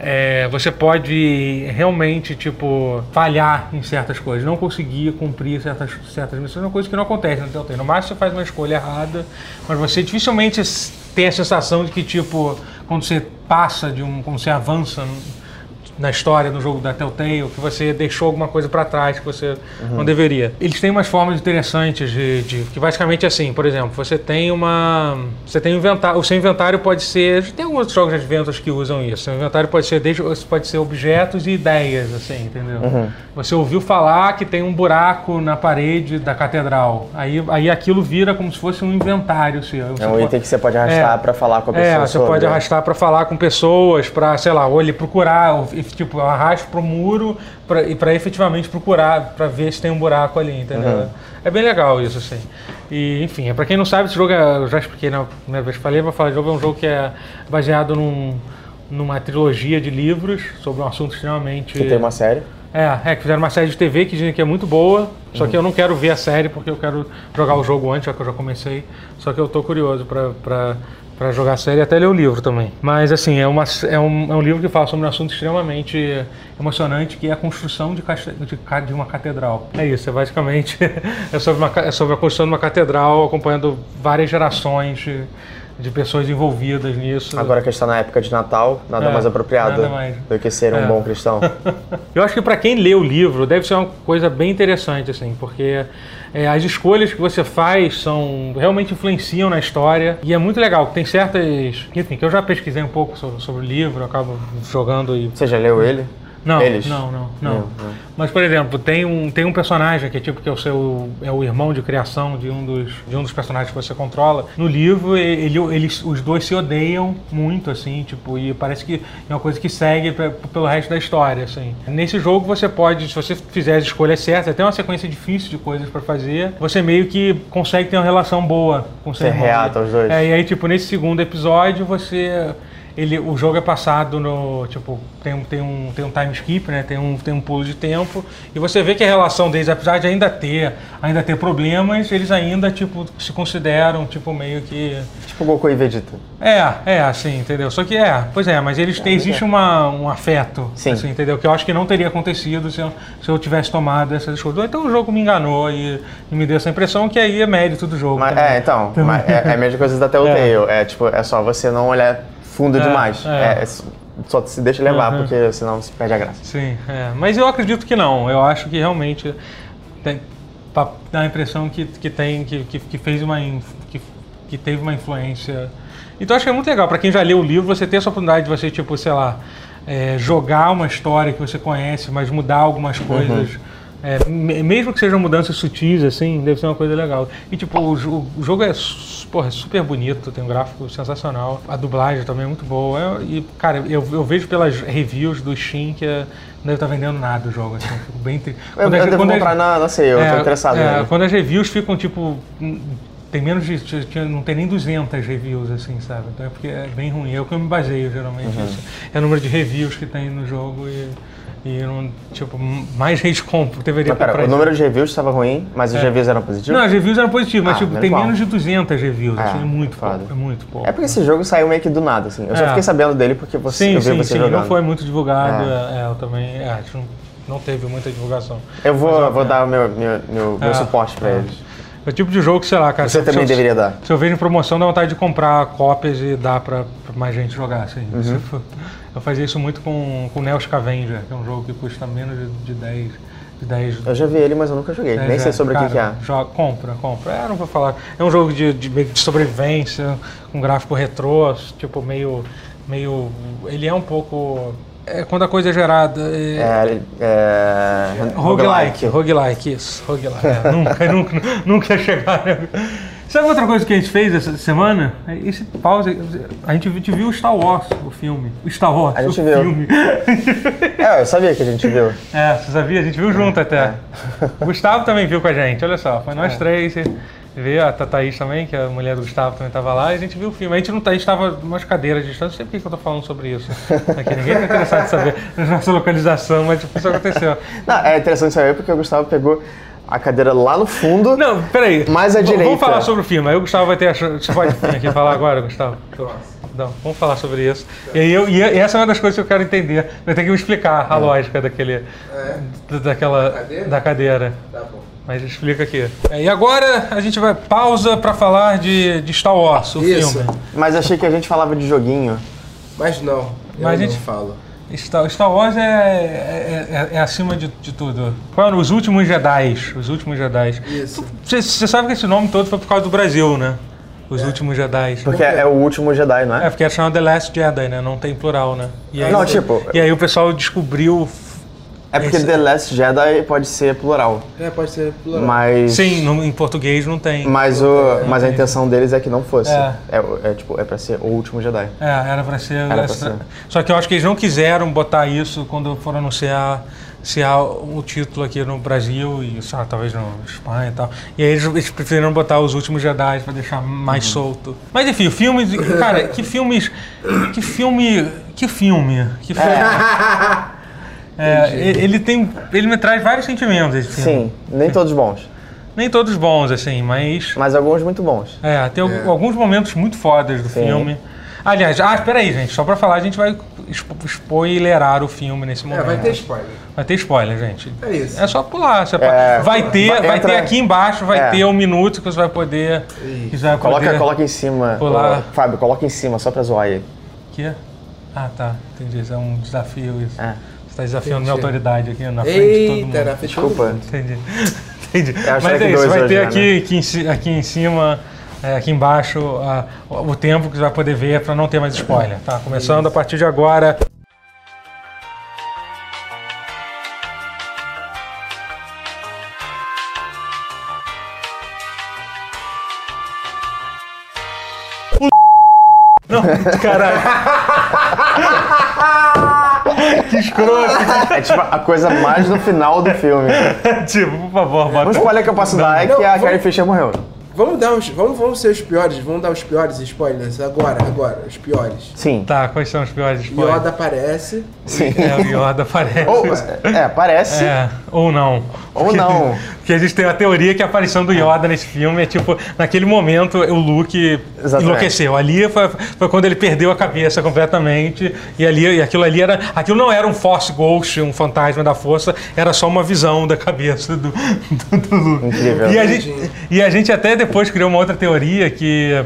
É, você pode realmente, tipo, falhar em certas coisas, não conseguir cumprir certas, certas missões, é uma coisa que não acontece no Telltale. No máximo você faz uma escolha errada, mas você dificilmente s- tem a sensação de que, tipo, quando você passa de um. quando você avança na história, no jogo da Telltale, que você deixou alguma coisa para trás que você não deveria. Eles têm umas formas interessantes de, de- que basicamente é assim, por exemplo, você tem uma, você tem um inventário, o seu inventário pode ser, tem alguns outros jogos de adventures que usam isso. Seu inventário pode ser desde, pode ser objetos e ideias, assim, entendeu? Uhum. Você ouviu falar que tem um buraco na parede da catedral. Aí, aí aquilo vira como se fosse um inventário, seu. Você É um pode- item que você pode arrastar É. pra falar com a pessoa é, você sobre. pode arrastar pra falar com pessoas, pra, sei lá, ou ele procurar, ou, e, tipo, arrasta pro muro pra, e para efetivamente procurar, pra ver se tem um buraco ali, entendeu? Uhum. É bem legal isso, assim. E, enfim, é pra quem não sabe, esse jogo, é, eu já expliquei na primeira vez que falei, vou falar, de jogo é um jogo que é baseado num- numa trilogia de livros sobre um assunto extremamente... Que tem uma série. É, é, que fizeram uma série de TV que dizem que é muito boa, só que eu não quero ver a série porque eu quero jogar o jogo antes, já que eu já comecei. Só que eu tô curioso pra, pra, pra jogar a série e até ler o livro também. Mas, assim, é, uma, é, um, é um livro que fala sobre um assunto extremamente emocionante, que é a construção de, casta- de, ca- de uma catedral. É isso, é basicamente é sobre, uma, ca- é sobre a construção de uma catedral, acompanhando várias gerações de, de pessoas envolvidas nisso. Agora que a gente tá na época de Natal, nada É, mais apropriado nada mais. do que ser um É. bom cristão. Eu acho que para quem lê o livro deve ser uma coisa bem interessante, assim, porque é, as escolhas que você faz são realmente influenciam na história e é muito legal. Tem certas, enfim, que eu já pesquisei um pouco sobre, sobre o livro, eu acabo jogando e Você já leu ele? não, Eles? não, não, não. Não, não. Mas por exemplo, tem um tem um personagem que é tipo que é o seu é o irmão de criação de um dos de um dos personagens que você controla. No livro e- ele, eles os dois se odeiam muito assim, tipo, e parece que é uma coisa que segue pe- pelo resto da história, assim. Nesse jogo você pode, se você fizer as escolhas certas, tem uma sequência difícil de coisas pra fazer, você meio que consegue ter uma relação boa com seu Você irmão. reata os dois. É, e aí, tipo, nesse segundo episódio, você. Ele, o jogo é passado no. Tipo, tem, um- tem, um, tem um time skip, né? Tem um, tem um pulo de tempo. E você vê que a relação deles, apesar de ainda ter, ainda ter problemas, eles ainda, tipo, se consideram, tipo, meio que. Tipo Goku e Vegeta. É, é, assim, entendeu? Só que é, pois é, mas eles têm- existe uma, um afeto, Sim. assim, entendeu? Que eu acho que não teria acontecido se eu, se eu tivesse tomado essas escolhas. Ou Então o jogo me enganou e, e me deu essa impressão que aí é mérito do jogo. Mas, também. é, então, mas é, é a mesma coisa da Telltale. É. tipo, é só você não olhar fundo É, demais. é. É, é só- só se deixa levar, Uhum. porque senão você perde a graça. Sim, é. mas eu acredito que não. Eu acho que realmente tem, pa- dá a impressão que, que tem que, que, que fez uma inf- que, que teve uma influência. Então acho que é muito legal para quem já leu o livro você ter essa oportunidade de você tipo sei lá é, jogar uma história que você conhece, mas mudar algumas coisas. É, me- mesmo que sejam mudanças sutis, assim, deve ser uma coisa legal. E, tipo, o, jo- o jogo é, su- porra, é super bonito, tem um gráfico sensacional. A dublagem também é muito boa. Eu- e, cara, eu, eu vejo pelas reviews do Steam que é, não deve estar vendendo nada o jogo, assim. Eu fico bem é triste. Eu, eu devo comprar na, não sei, eu tô interessado é, nele. Quando as reviews ficam, tipo... hum, Tem menos de... de- de- Não tem nem 200 reviews, assim, sabe? Então é porque é bem ruim. É o que eu me baseio, geralmente. Uhum. isso. É o número de reviews que tem no jogo e... E, não, tipo, mais gente compra. Deveria Mas pera, comprar o é isso. É. número de reviews estava ruim, mas os reviews eram positivos? Não, as reviews eram positivas, mas Ah, tipo, menos tem mal. menos de 200 reviews. É, assim, é muito foda. pouco. É muito pouco. É porque esse jogo saiu meio que do nada, assim. Eu só É. fiquei sabendo dele porque você, sim, eu vi sim, você sim. jogando. Não foi muito divulgado. É. é, eu também. é, acho que não, não teve muita divulgação. Eu vou, Mas, ó, vou é. dar o meu, meu, meu, meu É. suporte pra É. eles. É o tipo de jogo que, sei lá, cara. Você se- também se eu- deveria dar. Se eu vejo em promoção, dá vontade de comprar cópias e dar pra, pra mais gente jogar, assim. Uhum. Tipo, Eu fazia isso muito com o Neo Scavenger, que é um jogo que custa menos de, de 10. De 10 Eu já vi ele, mas eu nunca joguei. Nem já- sei sobre o que, que é. cara, Joga, compra, compra. É, não vou falar. É um jogo de, de, meio que de sobrevivência, com gráfico retrô, tipo, meio. meio. Ele é um pouco. É quando a coisa é gerada. é- É, é, Roguelike, roguelike, isso, roguelike. É, nunca, nunca, nunca ia chegar. né? Sabe outra coisa que a gente fez essa semana? É, Esse pause. A gente, viu- te viu o Star Wars, o filme. O Star Wars, A gente o viu. filme. É, eu sabia que a gente viu. É, você sabia? A gente viu junto até. É. O Gustavo também viu com a gente, olha só. Foi nós três. e Veio a Thaís também, que é a mulher do Gustavo também estava lá, e a gente viu o filme. A gente não tá, a gente tava umas cadeiras de distância, não sei por que que eu tô falando sobre isso. Aqui, ninguém tá interessado em saber a nossa localização, mas tipo, isso aconteceu. Não, é interessante saber porque o Gustavo pegou a cadeira lá no fundo. Não, peraí. Mais à V- Vamos direita. falar sobre o filme. Aí o Gustavo vai ter a chance. Você pode vir aqui falar agora, Gustavo? Não, vamos falar sobre isso. E, aí eu, e essa é uma das coisas que eu quero entender. Vai ter que me explicar É. a lógica daquele. da- Daquela. Da cadeira. É? Tá bom. Mas explica aqui. É, e agora a gente vai pausa pra falar de, de Star Wars, o Isso. filme. Mas achei que a gente falava de joguinho. Mas não, eu Mas a não gente- falo. Star, Star Wars é, é, é- é acima de, de tudo. Qual era? Os Últimos Jedi. Os Últimos Jedi. Isso. Você sabe que esse nome todo foi por causa do Brasil, né? É. Os Últimos Jedi. Porque é, é o último Jedi, não É, é? porque era chamado The Last Jedi, né? Não tem plural, né? E Não, tipo- E aí o pessoal descobriu... É porque esse- The Last Jedi pode ser plural. É, pode ser plural. Mas. Sim, no- em português não tem. Mas, o, mas a intenção deles é que não fosse. É. É, o- é tipo, é pra ser o último Jedi. É, era pra ser. pra essa- ser. Só que eu acho que eles não quiseram botar isso quando foram anunciar se há o título aqui no Brasil e sei lá, talvez na Espanha e tal. E aí eles, eles preferiram botar os últimos Jedi pra deixar mais Uhum. solto. Mas enfim, filmes. Cara, que filmes. Que filme. Que filme. Que filme. É, e- ele tem. Ele me traz vários sentimentos, esse filme. Sim, nem todos bons, Nem todos bons, assim, mas. mas alguns muito bons. É, tem al- alguns momentos muito fodas do Sim. filme. Aliás, ah, espera aí, gente, só pra falar, a gente vai expo- spoilerar o filme nesse É, momento. vai ter spoiler. Vai ter spoiler, gente. É isso. É só pular, você É, pode- vai ter, vai- vai ter entra- aqui embaixo, vai é. ter um minuto que você vai poder, que você vai Coloca, poder. coloca em cima. Olá. ô, Fábio, coloca em cima, só pra zoar ele. Aqui. Ah, tá, entendi, isso é um desafio isso. É. Você tá desafiando minha Entendi. autoridade aqui na frente de todo mundo. Eita, na frente de todo Desculpa. mundo. Entendi. Entendi. É o Mas Shrek é isso, 2 vai hoje, ter né? aqui, aqui, em, ci- aqui em cima, é, aqui embaixo, a- o o tempo que você vai poder ver para não ter mais spoiler. Tá? Começando a partir de agora. O- Não, caralho. que escroto. É tipo a coisa mais no final do filme. Tipo, por favor, Um bota. spoiler que eu posso dar é Não, que a vamos- Carrie Fisher morreu. Vamos dar uns. Vamos, vamos ser os piores. Vamos dar os piores spoilers agora, agora. Os piores. Sim. Tá, quais são os piores spoilers? Yoda aparece. Sim. É, o Yoda aparece. Ou, é, parece. É, ou não. Ou não. Porque a gente tem a teoria que a aparição do Yoda nesse filme é tipo, naquele momento o Luke Exatamente. enlouqueceu. Ali foi, foi quando ele perdeu a cabeça completamente. E, ali, e aquilo ali era. Aquilo não era um Force Ghost, um fantasma da força, era só uma visão da cabeça do, do, do Luke. Incrível. E é a, gente, e a gente até depois criou uma outra teoria que.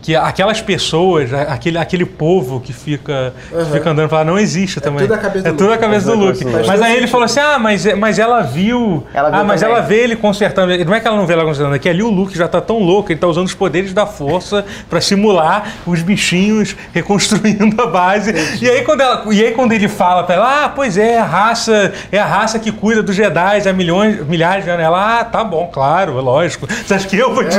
Que aquelas pessoas, a- aquele, aquele povo que fica, que fica andando pra lá, não existe também. tudo a cabeça É do tudo a Luke. cabeça do Tudo a Luke. cabeça do Luke. Mas aí ele falou assim: ah, mas, mas ela viu. Ela viu ah, mas também. ela vê ele consertando. Como é que ela não vê ela consertando? É que ali o Luke já tá tão louco, ele tá usando os poderes da força pra simular os bichinhos reconstruindo a base. E aí, quando ela, e aí quando ele fala pra ela, ah, pois é, a raça, é a raça que cuida dos Jedi há milhões, milhares de anos. Ela, ah, tá bom, claro, é lógico. Você acha que eu vou te.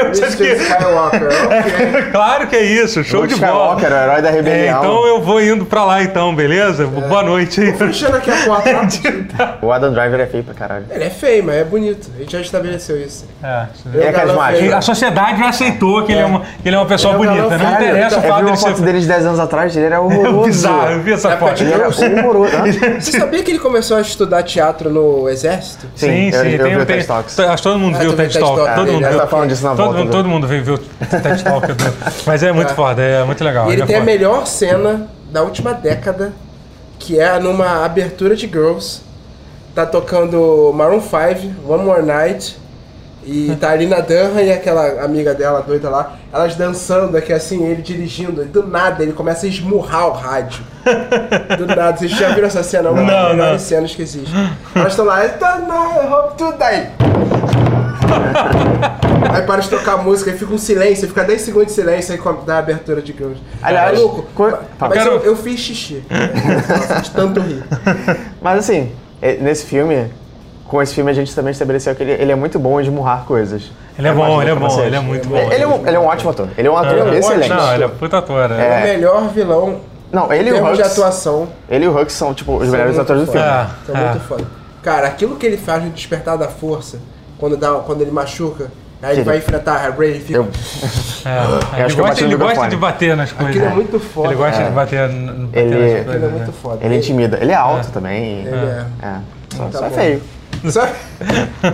eu, você acha Luke que... Ah, Skywalker. ok. claro que é isso, show Luke de bola. Skywalker, o herói da É, rebelião. então eu vou indo pra lá então, beleza? Boa noite. Fechando aqui a porta. O Adam Driver é feio pra caralho. Ele é feio, mas é bonito. A gente já estabeleceu isso. É, Ele é Ele é galã carismático. E feio. a sociedade já aceitou que ele é uma, que ele é uma pessoa Ele é um bonita. Não galã feio, interessa o então. Eu vi fato uma dele foto ser É deles 10 anos atrás, ele era horroroso. bizarro. Eu vi essa É, foto. pode- Ele era horroroso. né? Hã? Você sabia que ele começou a estudar teatro no exército? Sim, eu- eu vi o TED Talks. um Acho que todo mundo Ah, viu o tu viu TED Talk. TED Talk. Todo Ah, mundo ele viu. tá falando disso na Todo volta mundo, do- todo mundo viu o TED Talk. do- Mas é muito foda, é muito legal. E ele é tem a foda. melhor cena da última década, que é numa abertura de Girls. Tá tocando Maroon 5, One More Night. E tá ali na Dunham e aquela amiga dela doida lá, elas dançando aqui assim, ele dirigindo, e do nada ele começa a esmurrar o rádio. Do nada, vocês já viram essa cena? É Uma Não, das não. melhores cenas que existe. Elas estão lá, tá na hope to die. Aí para de tocar a música, aí fica um silêncio, fica 10 segundos de silêncio aí com a, da abertura de Girls. Aliás, Maluco, co- ma- Fala. mas eu, Quero- eu fiz xixi. Eu fiz tanto rir. Mas assim, é- nesse filme, com esse filme a gente também estabeleceu que ele, ele é muito bom em esmurrar coisas. Ele é Eu bom, imagino ele é pra bom, vocês. ele é muito bom. Ah, Ele é, um, ele é um ótimo ator. Ele é um ator Não, excelente. Não, ele é puta ator. O É. melhor vilão Não, ele em e o termos de Hux. atuação. Ele e o Hux são, tipo, os são melhores muito atores do filme. foda. É, São é. muito foda. Cara, aquilo que ele faz no Despertar da Força, quando, dá, quando ele machuca, aí ele Aquele- vai enfrentar a Ray e fica... Eu- é. acho que Ele, eu bati gosta, no ele gosta microfone. de bater nas coisas. Aquilo é muito foda. Ele gosta cara. de bater, n- bater Ele- nas Aquilo é coisas. né? muito foda. Ele intimida. Ele é alto também. Ele é. É. Só, Tá só é bom. feio. Sabe?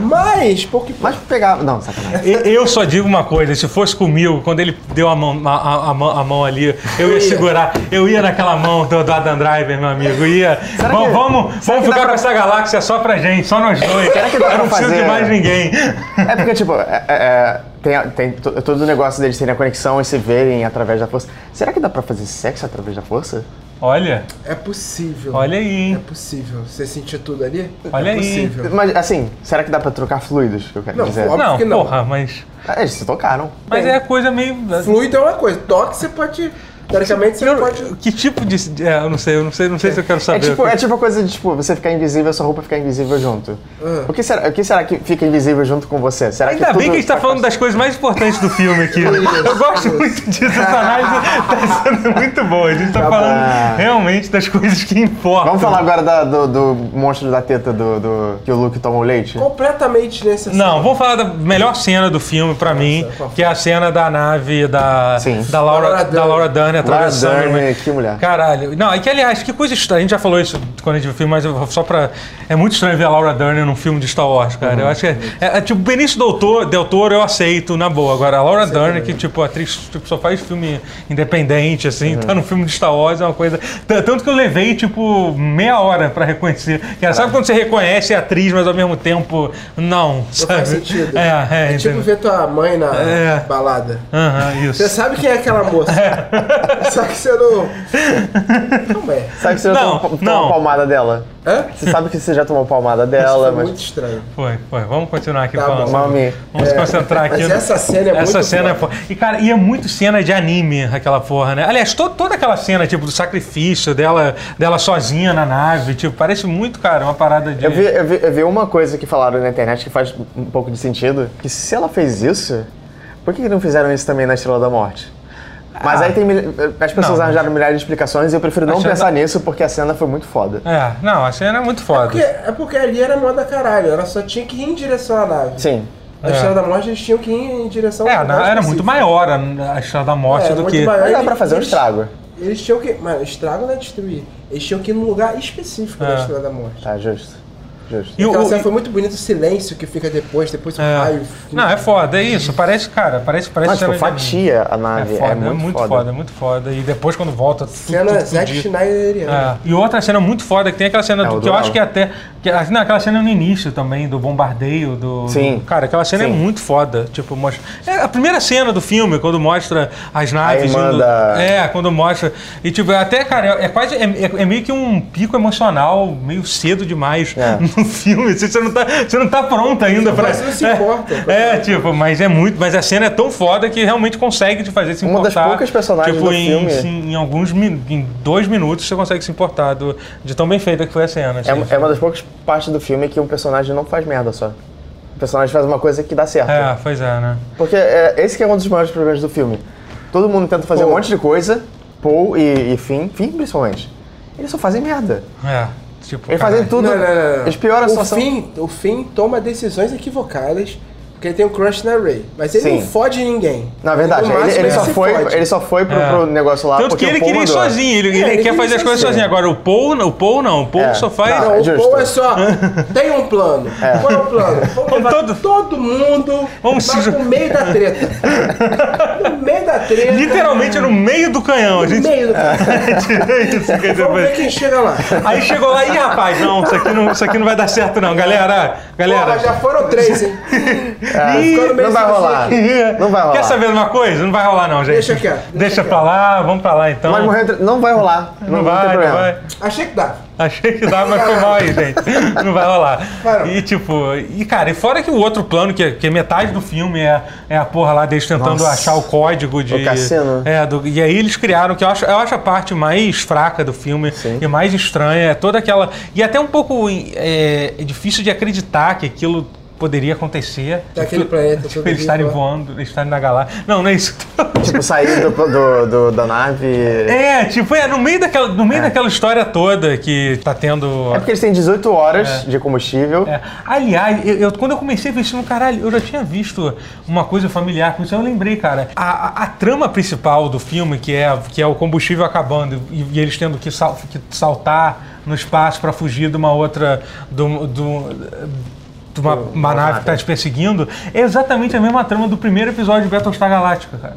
Mas, porque... Mas pegar. Não, sacanagem. E- Eu só digo uma coisa, se fosse comigo, quando ele deu a mão, a, a- a mão, a mão ali, eu ia segurar, eu ia naquela mão do, do Adam Driver, meu amigo, ia. Vamos, que- vamos, vamos será que dá ficar pra- com essa galáxia só pra gente, só nós dois. Será que dá eu não pra preciso de fazer- mais ninguém. É porque, tipo, é- é- é, tem, a- tem to- todo o negócio deles terem a conexão e se verem através da força. Será que dá pra fazer sexo através da força? Olha, É possível. olha aí, É hein? possível. Você sentiu tudo ali? Olha é aí. possível. Mas assim, será que dá pra trocar fluidos? Que eu quero Não, dizer. óbvio Não, que não. porra, mas. Ah, Eles se tocaram. Mas Bem. é coisa meio. Fluido é uma coisa. Toque você pode. Teoricamente você pode. Que tipo de. é, eu não sei, eu não sei, não sei se eu quero É saber. tipo, é tipo a coisa de tipo, você ficar invisível, sua roupa ficar invisível junto. Ah. O, que será, o que será que fica invisível junto com você? Será Ainda que bem que a gente tá tudo- falando das coisas mais importantes do filme aqui. Eu gosto muito disso, essa análise tá sendo muito boa. A gente tá Tá falando bom. realmente das coisas que importam. Vamos falar agora da- do, do monstro da teta do, do- que o Luke toma o leite? Completamente necessário. Não, vamos falar da melhor cena do filme pra mim, qual foi? que é a cena da nave da, Sim. da Laura, Laura da Laura Dern atravessando. Laura Dern, né? que mulher. Caralho. Não, é que aliás, que coisa estranha. A gente já falou isso quando a gente viu o filme, mas eu vou só pra. É muito estranho ver a Laura Dern num filme de Star Wars, cara. Uhum. Eu acho que. É, é- é tipo, Benício Doutor, Del Toro eu aceito, na boa. Agora, a Laura Dern, que, tipo, atriz tipo, só faz filme independente, assim, Uhum. tá num filme de Star Wars, é uma coisa. T- Tanto que eu levei, tipo, meia hora pra reconhecer. Cara, sabe quando você reconhece a atriz, mas ao mesmo tempo, não. Não sabe? faz sentido. É, é, tipo entendeu? ver tua mãe na É. balada. Aham, isso. Você sabe quem é aquela moça. É. Só que você não. Não é. Sabe que você já Não, tomou, tomou não. a palmada dela? Hã? Você sabe que você já tomou a palmada Isso é dela, foi mas. muito estranho. Foi, foi. Vamos continuar aqui Tá falando. bom. É, Mami. Vamos se concentrar aqui. Mas no- essa cena é essa muito cena é foda. foda. E, cara, e é muito cena de anime, aquela porra, né? Aliás, to- toda aquela cena, tipo, do sacrifício dela, dela sozinha na nave, tipo, parece muito, cara, uma parada de. Eu vi, eu, vi, eu vi uma coisa que falaram na internet que faz um pouco de sentido, que se ela fez isso, por que que não fizeram isso também na Estrela da Morte? Mas aí tem mil- as pessoas Ah. Não. arranjaram milhares de explicações e eu prefiro não Achei pensar da- nisso porque a cena foi muito foda. É, não, a cena é muito foda. Porque, é porque ali era moda caralho. Ela só tinha que ir em direção à nave. Sim. A É. Estrela da Morte eles tinham que ir em direção É, ao na- lugar era muito específico. maior a, a estrada da um assim- É, morte era do muito que. maior. Mas dá Ele- pra fazer um eles- estrago. Eles tinham que. Mano, estrago não é destruir. Eles tinham que ir num lugar específico É. da Estrela da Morte. Tá, justo. Justo. E o- Aquela o- cena foi muito bonito o silêncio que fica depois, depois o é. raio. Não, é foda, é isso. Parece, cara, parece, parece Mas, tipo, cena de anime. fatia a nave. É É, foda, muito, foda. é muito foda. E depois quando volta, tudo, Cena é tudo Zack fudido. Schneideriana. É. E outra cena muito foda que tem aquela cena É, do- o que eu duelo. acho que até. Que, a- não, aquela cena no início também, do bombardeio do. Sim. do- cara, aquela cena é Sim. muito foda. Tipo, mostra. É a primeira cena do filme, quando mostra as naves. irmã indo- da- É, quando mostra. E tipo, até, cara, é, é quase. É, é- é meio que um pico emocional, meio cedo demais É. no filme. Você, você não tá, você não tá pronto ainda pra. Mas não se é, importa. É, tipo, mas é muito. Mas a cena é tão foda que realmente consegue te fazer se Uma das importar. poucas personagens tipo, do em, filme. sim, em alguns min- em dois minutos você consegue se importar do- de tão bem feita que foi a cena. assim. É, é uma das poucas partes do filme que um personagem não faz merda só. O personagem faz uma coisa que dá certo. É, pois é, né? Porque é, esse que é um dos maiores problemas do filme. Todo mundo tenta fazer um monte de coisa, Paul e, e Finn, Finn principalmente. Eles só fazem merda. É. Tipo, Eles caralho. fazem tudo. Não, não, não, não. Eles pioram a o situação. Finn, o Finn toma decisões equivocadas porque ele tem um crush na Ray. Mas ele Sim. não fode ninguém. Na verdade, No máximo, ele, ele só se foi, fode. ele só foi pro, É. pro negócio lá Tanto porque que ele o Paul queria ir mandou. sozinho, ele, ele ele quer queria fazer as ir coisas sozinho. sozinho. Agora, o Paul, não, o Paul não, o Paul É, só faz. não, Não, o justo. Paul é só. Tem um plano. Qual é o plano? Vamos levar Todo- todo, mundo Vamos pra- se ju- no meio da treta. No meio da treta. Literalmente no meio do canhão. A No gente. meio do Isso, quer dizer, Vamos ver quem chega lá. é. Aí chegou lá, ih rapaz, não, isso aqui não, isso aqui não vai dar certo, não, galera. Galera. Porra, já foram três, hein? É, Ih, ficou no meio não vai sozinho rolar. Não vai rolar. Quer saber de uma coisa? Não vai rolar, não, gente. Deixa quieto, Deixa, deixa pra lá, vamos pra lá então. Mas morrer entre- não vai rolar. Não, Não não tem vai, não problema. vai. Achei que dava. Achei que dava, mas foi mal aí, gente. Não vai rolar. Vai não. E tipo, e cara, e fora que o outro plano, que, que é metade do filme, é, é a porra lá deles tentando Nossa. achar o código de. O cassino. É, do- e aí eles criaram, que eu acho, eu acho a parte mais fraca do filme e mais estranha, é toda aquela. E até um pouco é, é difícil de acreditar que aquilo poderia acontecer. Daquele Tá planeta Tipo, todo eles estarem vivo lá. voando, eles estarem na galáxia. Não, não é isso. Tipo, sair do, do- do- da nave. É. É, tipo, é no meio daquela, no meio daquela história toda que tá tendo. É porque eles têm 18 horas de combustível. É. Aliás, eu, eu- quando eu comecei a ver esse filme, caralho, eu já tinha visto uma coisa familiar com isso. Eu lembrei, cara. A, a- a trama principal do filme, que é, que é o combustível acabando e, e eles tendo que, sal- que saltar no espaço pra fugir de uma outra. Do, do, um, um de uma, uma nave que tá te perseguindo, é exatamente a mesma trama do primeiro episódio de Battlestar Galactica, cara.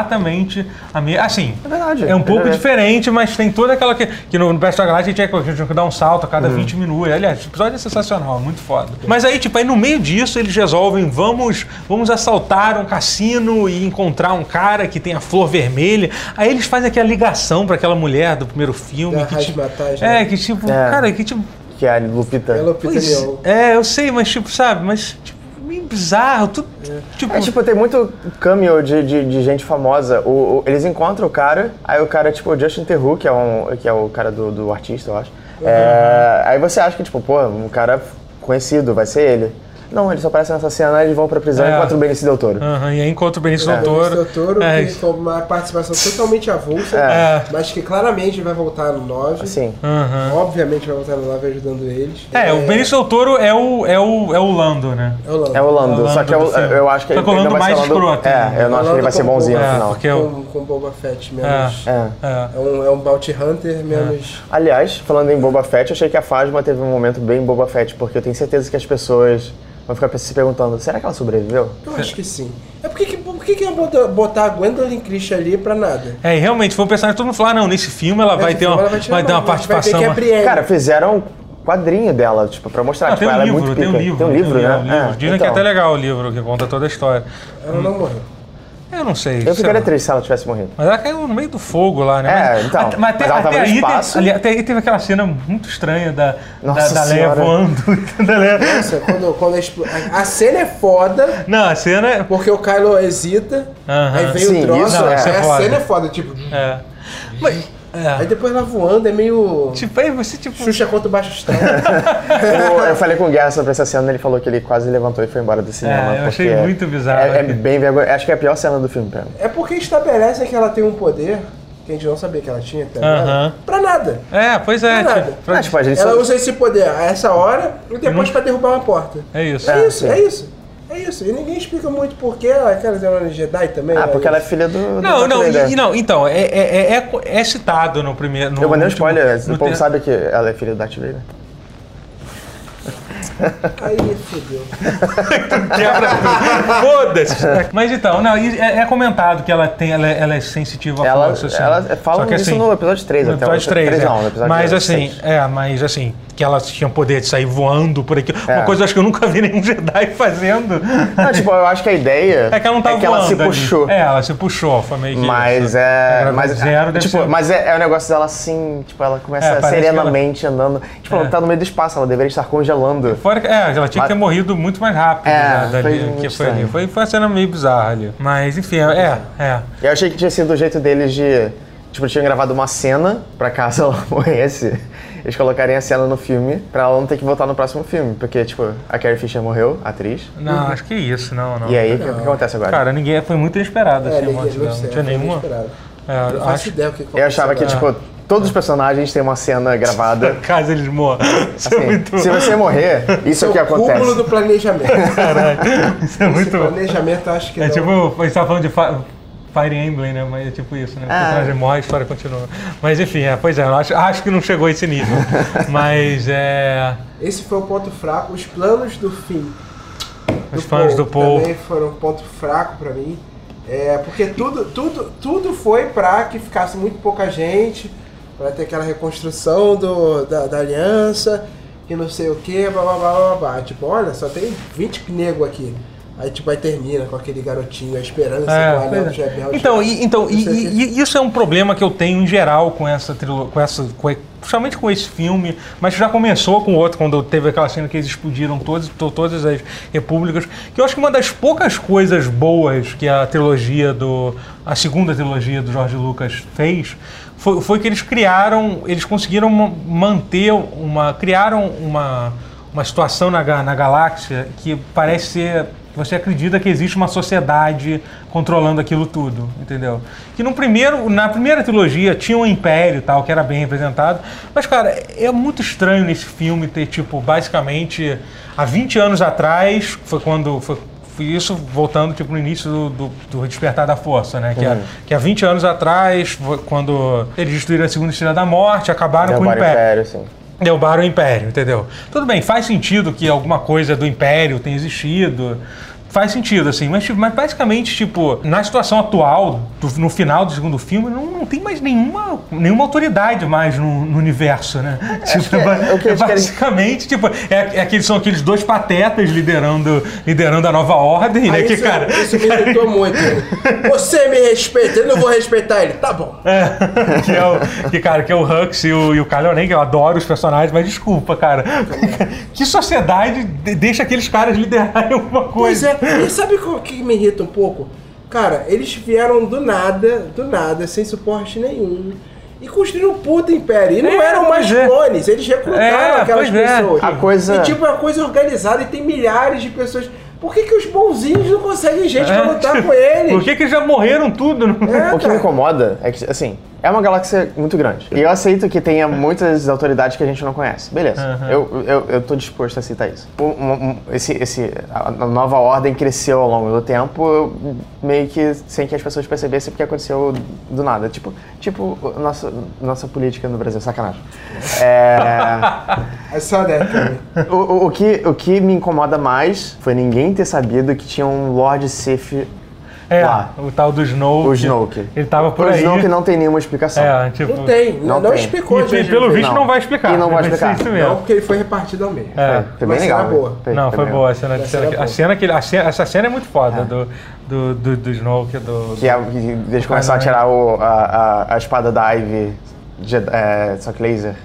exatamente a mesma. Assim, É verdade. é um pouco verdade. diferente, mas tem toda aquela que, que no, no Best of Galáxia tinha que, a gente tinha que dar um salto a cada Uhum. 20 minutos. Aliás, esse episódio é sensacional, é muito foda. Mas aí, tipo, aí no meio disso eles resolvem, vamos, vamos assaltar um cassino e encontrar um cara que tem a flor vermelha. Aí eles fazem aquela ligação pra aquela mulher do primeiro filme. Da que, Raiz tipo, Matais, né? é, que tipo, É. cara, que tipo, Que é a Lupita. É Lupita Pois, Nyong'o. é, eu sei, mas tipo, sabe, mas tipo, meio bizarro, tudo, tipo, É tipo, tem muito cameo de, de, de gente famosa. O, o- eles encontram o cara, aí o cara, tipo, o Justin Theroux, que é, um, que é o cara do, do artista, eu acho. É, aí você acha que, tipo, pô, um cara conhecido, vai ser ele. Não, ele só aparece nessa cena, aí eles vão pra prisão É. e encontram o Benício Del Toro. Aham, e aí encontra o Benício Del Doutor, Toro. Doutor, É, que foi uma participação totalmente avulsa, É. mas que claramente vai voltar no 9. Sim. aham. Obviamente vai voltar no 9 ajudando eles. É, o Benício Del Toro é o, é o, é o Lando, né? É o Lando. É o Lando, O só que eu, Lando do filme. eu acho que Só que o ainda Lando vai ser mais o Lando- escroto, né? É, eu não O acho que ele Lando tá vai ser com bonzinho bom- É, no final. porque eu- Com, com Boba Fett menos. É. É. É. um, é um Bounty Hunter menos. Aliás, falando em Boba Fett, eu achei que a Fasma teve um momento bem Boba Fett, porque eu tenho certeza que as pessoas vão ficar se perguntando, será que ela sobreviveu? Eu acho que sim. É porque que, por que, que iam botar, botar a Gwendolyn Christie ali pra nada? É, e realmente, foi um personagem que todo mundo falou, ah, não, nesse filme ela vai Esse ter filme uma, ela vai tirar ter uma nome, a gente vai ver participação. né? que é a Brienne. Cara, fizeram um quadrinho dela, tipo, pra mostrar. Ah, tipo, tem um ela é livro, muito tem um pica. livro. Tem um livro, né? um livro. É, Dizem que é então. até legal o livro, que conta toda a história. Ela hum. não morreu. Eu não sei. Eu sei lá. ficaria triste se ela tivesse morrido. Mas ela caiu no meio do fogo lá, né? É, então, até- Mas até, mas ela até tava no aí, teve, espaço. ali- até aí teve aquela cena muito estranha da, da, Nossa da Leia Senhora. voando. da Leia- Nossa, quando, quando expl- a, a cena é foda, Não, a cena é. porque o Kylo hesita, Aham. aí vem o Sim, troço, isso é. aí Isso é a foda. cena é foda, tipo. é. Mas. Aí É. depois ela voando é meio. Tipo, aí você, tipo. Xuxa contra o Baixo Astral. Eu, eu falei com o Guerra sobre essa cena, ele falou que ele quase levantou e foi embora do cinema. É, eu achei porque muito bizarro É, é aqui. bem vergonha. Acho que é a pior cena do filme, pra mim. É porque estabelece que ela tem um poder que a gente não sabia que ela tinha até agora. Aham. Pra nada. É, pois é. Pra tipo, nada. pra- Ah, tipo, a gente Ela só- usa esse poder a essa hora e depois pra derrubar uma porta. É isso. É, É, isso, sim. é isso. É isso. E ninguém explica muito porquê. é Aquela era Jedi também. Ah, né? porque ela é filha do. Não, do não, Darth Vader. e- e não, então, é, é, é, é citado no primeiro. No Eu mandei um último- spoiler, o no povo ter- sabe que ela é filha do Darth Vader. é- Aí, fodeu. Quebra tudo. Foda-se. Mas então, não, e é, é comentado que ela, tem, ela, é- ela é sensitiva à Ela, força. assim. ela Só é, fala que, isso assim, no episódio 3 No até episódio 3, é. não, no episódio mas assim, 6. é, mas assim, que ela tinha o poder de sair voando por aqui. Uma É. coisa acho que eu nunca vi nenhum Jedi fazendo. Não, tipo, eu acho que a ideia É que ela não tava é que ela se voando ali. puxou. É, ela se puxou, foi meio que. Mas isso. é. Era Mas, zero deve tipo, ser- mas é, é o negócio dela assim, tipo, ela começa É, parece serenamente andando. Tipo, É. ela tá no meio do espaço, ela deveria estar congelando. Fora que, é, ela tinha que ter morrido muito mais rápido. É, né, dali, foi muito que foi, ali. estranho. foi, foi uma cena meio bizarra ali. Mas enfim, é, é. Eu achei que tinha sido o jeito deles de. Tipo, tinham gravado uma cena pra caso ela morresse. Eles colocarem a cena no filme pra ela não ter que voltar no próximo filme. Porque, tipo, a Carrie Fisher morreu, a atriz. Não, acho que é isso, não, não. Uhum. E aí, o que, o que acontece agora? Cara, ninguém foi muito inesperado É, assim, a ninguém, morte dela. sei, Não tinha foi nenhuma. inesperado. É, Não faço acho ideia o que eu achava que, aconteceu tipo, todos os personagens têm uma cena gravada. caso eles morram. Isso é Assim, muito. se você morrer, isso é o que agora. acontece. cúmulo do planejamento. Caralho, isso é muito bom. planejamento, eu acho que É não. tipo, a gente tá falando de Fi- Fire Emblem, né? Mas é tipo isso, Ah. né? O personagem morre, a história continua. Mas enfim, é, pois é, eu acho, acho que não chegou a esse nível. Mas é. Esse foi o ponto fraco. Os planos do fim. Os planos do Paul. Também foram um ponto fraco pra mim. É, porque tudo, tudo, tudo foi pra que ficasse muito pouca gente, pra ter aquela reconstrução do, da, da aliança, e não sei o que, blá blá blá blá blá. Tipo, olha, só tem 20 nego aqui. Aí tipo, aí termina com aquele garotinho, a esperança É, com o anel pois do é. Jebel. tipo, Então, e, então Não sei e- o quê. e- e isso é um problema que eu tenho em geral com essa trilogia, com essa, com, e- principalmente com esse filme, mas já começou com o outro, quando teve aquela cena que eles explodiram todas, to- todas as repúblicas, que eu acho que uma das poucas coisas boas que a trilogia do, a segunda trilogia do Jorge Lucas fez, foi, foi que eles criaram, eles conseguiram ma- manter uma, criaram uma uma situação na, ga- na galáxia que parece ser. Você acredita que existe uma sociedade controlando aquilo tudo, entendeu? Que no primeiro, na primeira trilogia tinha um império e tal que era bem representado, mas cara, é muito estranho nesse filme ter tipo basicamente há 20 anos atrás, foi quando foi, foi isso voltando tipo no início do, do- do despertar da força, né? Que, há- que há 20 anos atrás, foi quando eles destruíram a segunda estrela da morte, acabaram com o Derrubaram império derrubaram o Império, sim. o Império, entendeu? Tudo bem, faz sentido que alguma coisa do Império tenha existido, faz sentido, assim. Mas, tipo, mas basicamente, tipo, na situação atual, do- no final do segundo filme, não, não tem mais nenhuma, nenhuma autoridade mais no, no universo, né? Tipo, que é- é o que eles querem- basicamente, tipo, é, é aqueles, são aqueles dois patetas liderando, liderando a nova ordem, né? Aí Que, isso, cara. é, isso me irritou muito. Você me respeita, eu não vou respeitar ele. Tá bom. É, que, é o, que, cara, que é o Hux e o, e o Kylo Ren, que eu adoro os personagens, mas desculpa, cara. Que sociedade de- deixa aqueles caras liderarem alguma Pois coisa? é, e sabe o que me irrita um pouco? Cara, eles vieram do nada, do nada, sem suporte nenhum. E construíram um puta império. E não É, eram mais pois é. clones, eles recrutaram É, aquelas pois é. pessoas. A coisa- E tipo, é uma coisa organizada e tem milhares de pessoas. Por que, que os bonzinhos não conseguem gente pra lutar com eles? É. Por que, que eles já morreram tudo? não? É, O que me cara. incomoda é que, assim, é uma galáxia muito grande. E eu aceito que tenha muitas autoridades que a gente não conhece. Beleza. Eu, eu, eu tô disposto a aceitar isso. Um- um- um- esse, esse, a a nova ordem cresceu ao longo do tempo, eu, meio que sem que as pessoas percebessem porque aconteceu do nada. Tipo, tipo o- nossa, nossa política no Brasil, sacanagem. É, É só década. o, o- o que, o que me incomoda mais foi ninguém ter sabido que tinha um Lord Sif É, lá. o tal do Snoke. Tá. O Snoke. Ele tava por o aí. Snoke não tem nenhuma explicação. É, tipo... Não tem, não, Não não tem. explicou. E, gente, pe- pelo não tem. visto não. não vai explicar. E não vai ser explicar. Isso Não, mesmo. porque ele foi repartido ao meio. É. Foi Mas bem legal. será velho. boa? Foi- Não, foi bem boa a legal. cena de Essa era cena. A boa. cena que ele- a cena- essa cena é muito foda do, do, do, do Snoke, do... Que, é, que eles começam a tirar o- a, a- a espada da Ivy, de, é, só que laser,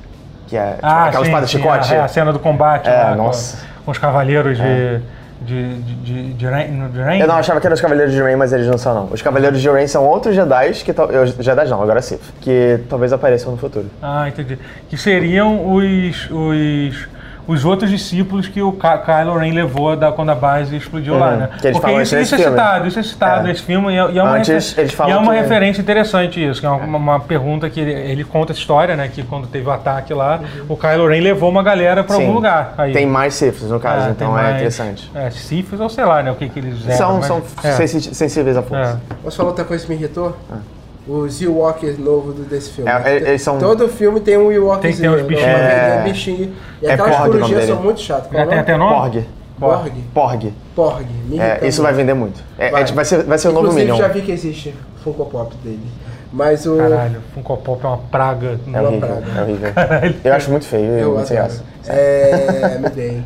que é tipo, aquela Ah, sim, espada sim, chicote. É, a cena do combate É, lá com- nossa. É. Com, os cavaleiros de, de, de, de, de Ren- no- de Ren- Eu não achava que eram os Cavaleiros de Rain, mas eles não são não. Os Cavaleiros de Rain são outros Jedi que tal- eu- Jedi não, agora Sith, que talvez apareçam no futuro. Ah, entendi. Que seriam os, os, os outros discípulos que o Ka- Kylo Ren levou da, quando a base explodiu lá, né? Uhum. que eles Porque falam isso, isso nesse isso é filme. citado, isso é citado É. nesse filme e é, e é uma, Antes, refer- eles falam e é uma que- referência interessante isso, que é uma, uma pergunta que ele, ele conta essa história, né? Que quando teve o ataque lá, o Kylo Ren levou uma galera pra algum Uhum. Sim. lugar. Aí. Tem mais Siths, no Ah, caso, tem então é mais- interessante. É, Sifis ou sei lá, né? O que, que eles eram, são mas- são é. sensi- sensíveis à força. É. Posso falar outra coisa que me irritou? Os Ewoks novo do- desse filme. Ah. É, eles- eles são- Todo filme tem um Ewokzinho. Tem que ter uns né? bichinhos. É. Um bichinho. E É aquelas Porg o nome corujas dele. são muito chatas. Qual é É, o tem nome? até um- nome? Porg. Borg. Porg. Porg. Me É, irrita isso vai muito. vender muito. É- é então Vai. tipo, vai, ser, vai ser o novo Inclusive, Minion. já vi que existe Funko Pop dele. Mas o... Caralho, Funko Pop é uma praga. É Não. horrível, praga. é horrível. Eu acho muito feio, eu Eu muito sem adoro. graça. É, me dei.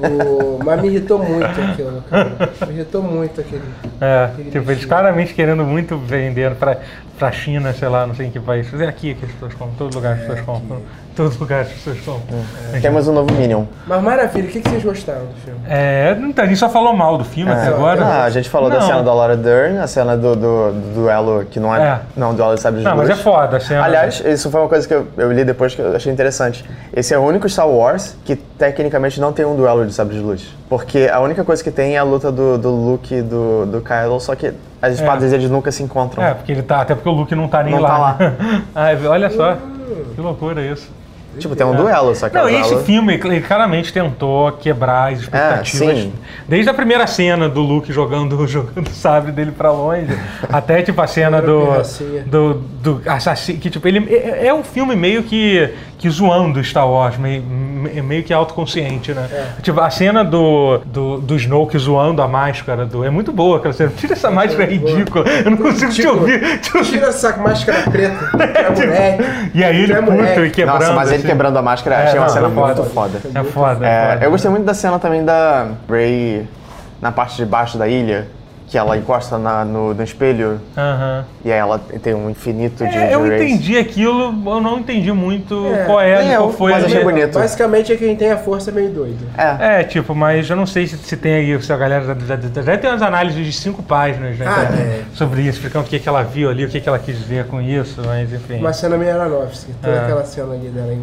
O... Mas me irritou muito aquilo, cara. Me irritou muito aquele... É, tipo, eles claramente querendo muito vender pra, pra China, sei lá, não sei em que país. É aqui que as pessoas compram, todo lugar as pessoas compram. Todo lugar as pessoas compram. Temos um novo Minion. Mas maravilha, o que que vocês gostaram do filme? É, então, a gente só falou mal do filme até É. agora. Ah, a gente falou da Não. cena da Laura Dern, a cena do, do, do duelo que não é. É. Não, duelo de sabre de Não, mas é luz. foda a cena. Aliás, isso foi uma coisa que eu, eu li depois que eu achei interessante. Esse é o único Star Wars que tecnicamente não tem um duelo de sabre de luz. Porque a única coisa que tem é a luta do, do Luke e do, do Kylo, só que as espadas eles nunca se encontram. É, porque ele tá, até porque o Luke não tá nem Não lá. tá lá. né? Ai, olha só, que loucura isso. Tipo, tem um duelo, só que é Não, um e esse duelo- filme ele claramente tentou quebrar as expectativas. É, sim. Desde a primeira cena do Luke jogando, jogando o sabre dele pra longe, até tipo a cena do, pirracinha. do, do assassino. Que, tipo, ele é, é um filme meio que, que zoando Star Wars, meio, me- é meio que autoconsciente, né? É. Tipo, a cena do, do, do Snoke zoando a máscara do. É muito boa aquela cena. Tira essa máscara é ridícula. Eu não consigo te é Tipo, ouvir. Te ouvir. Tira essa máscara preta, que Tipo, é moleque. E aí ele é puto e moleque. quebrando. Nossa, mas ele assim. quebrando a máscara, achei É, uma não, cena é muito foda. foda. É foda. É, foda. eu gostei muito da cena também da Ray na parte de baixo da ilha, que ela encosta na- no, no espelho Aham. e aí ela tem um infinito de. É, de eu rays. entendi aquilo, eu não entendi muito É, qual é, nem qual eu, foi mas a- achei bonito. Basicamente é quem tem a força meio doido. É. É, tipo, mas eu não sei se, se tem aí, se a galera da- da- da- deve ter umas análises de cinco páginas né, Ah, cara, é. sobre isso, explicando o que, que ela viu ali, o que, que ela quis dizer com isso, mas enfim. Uma cena meio Aronofsky, toda É. aquela cena ali dela em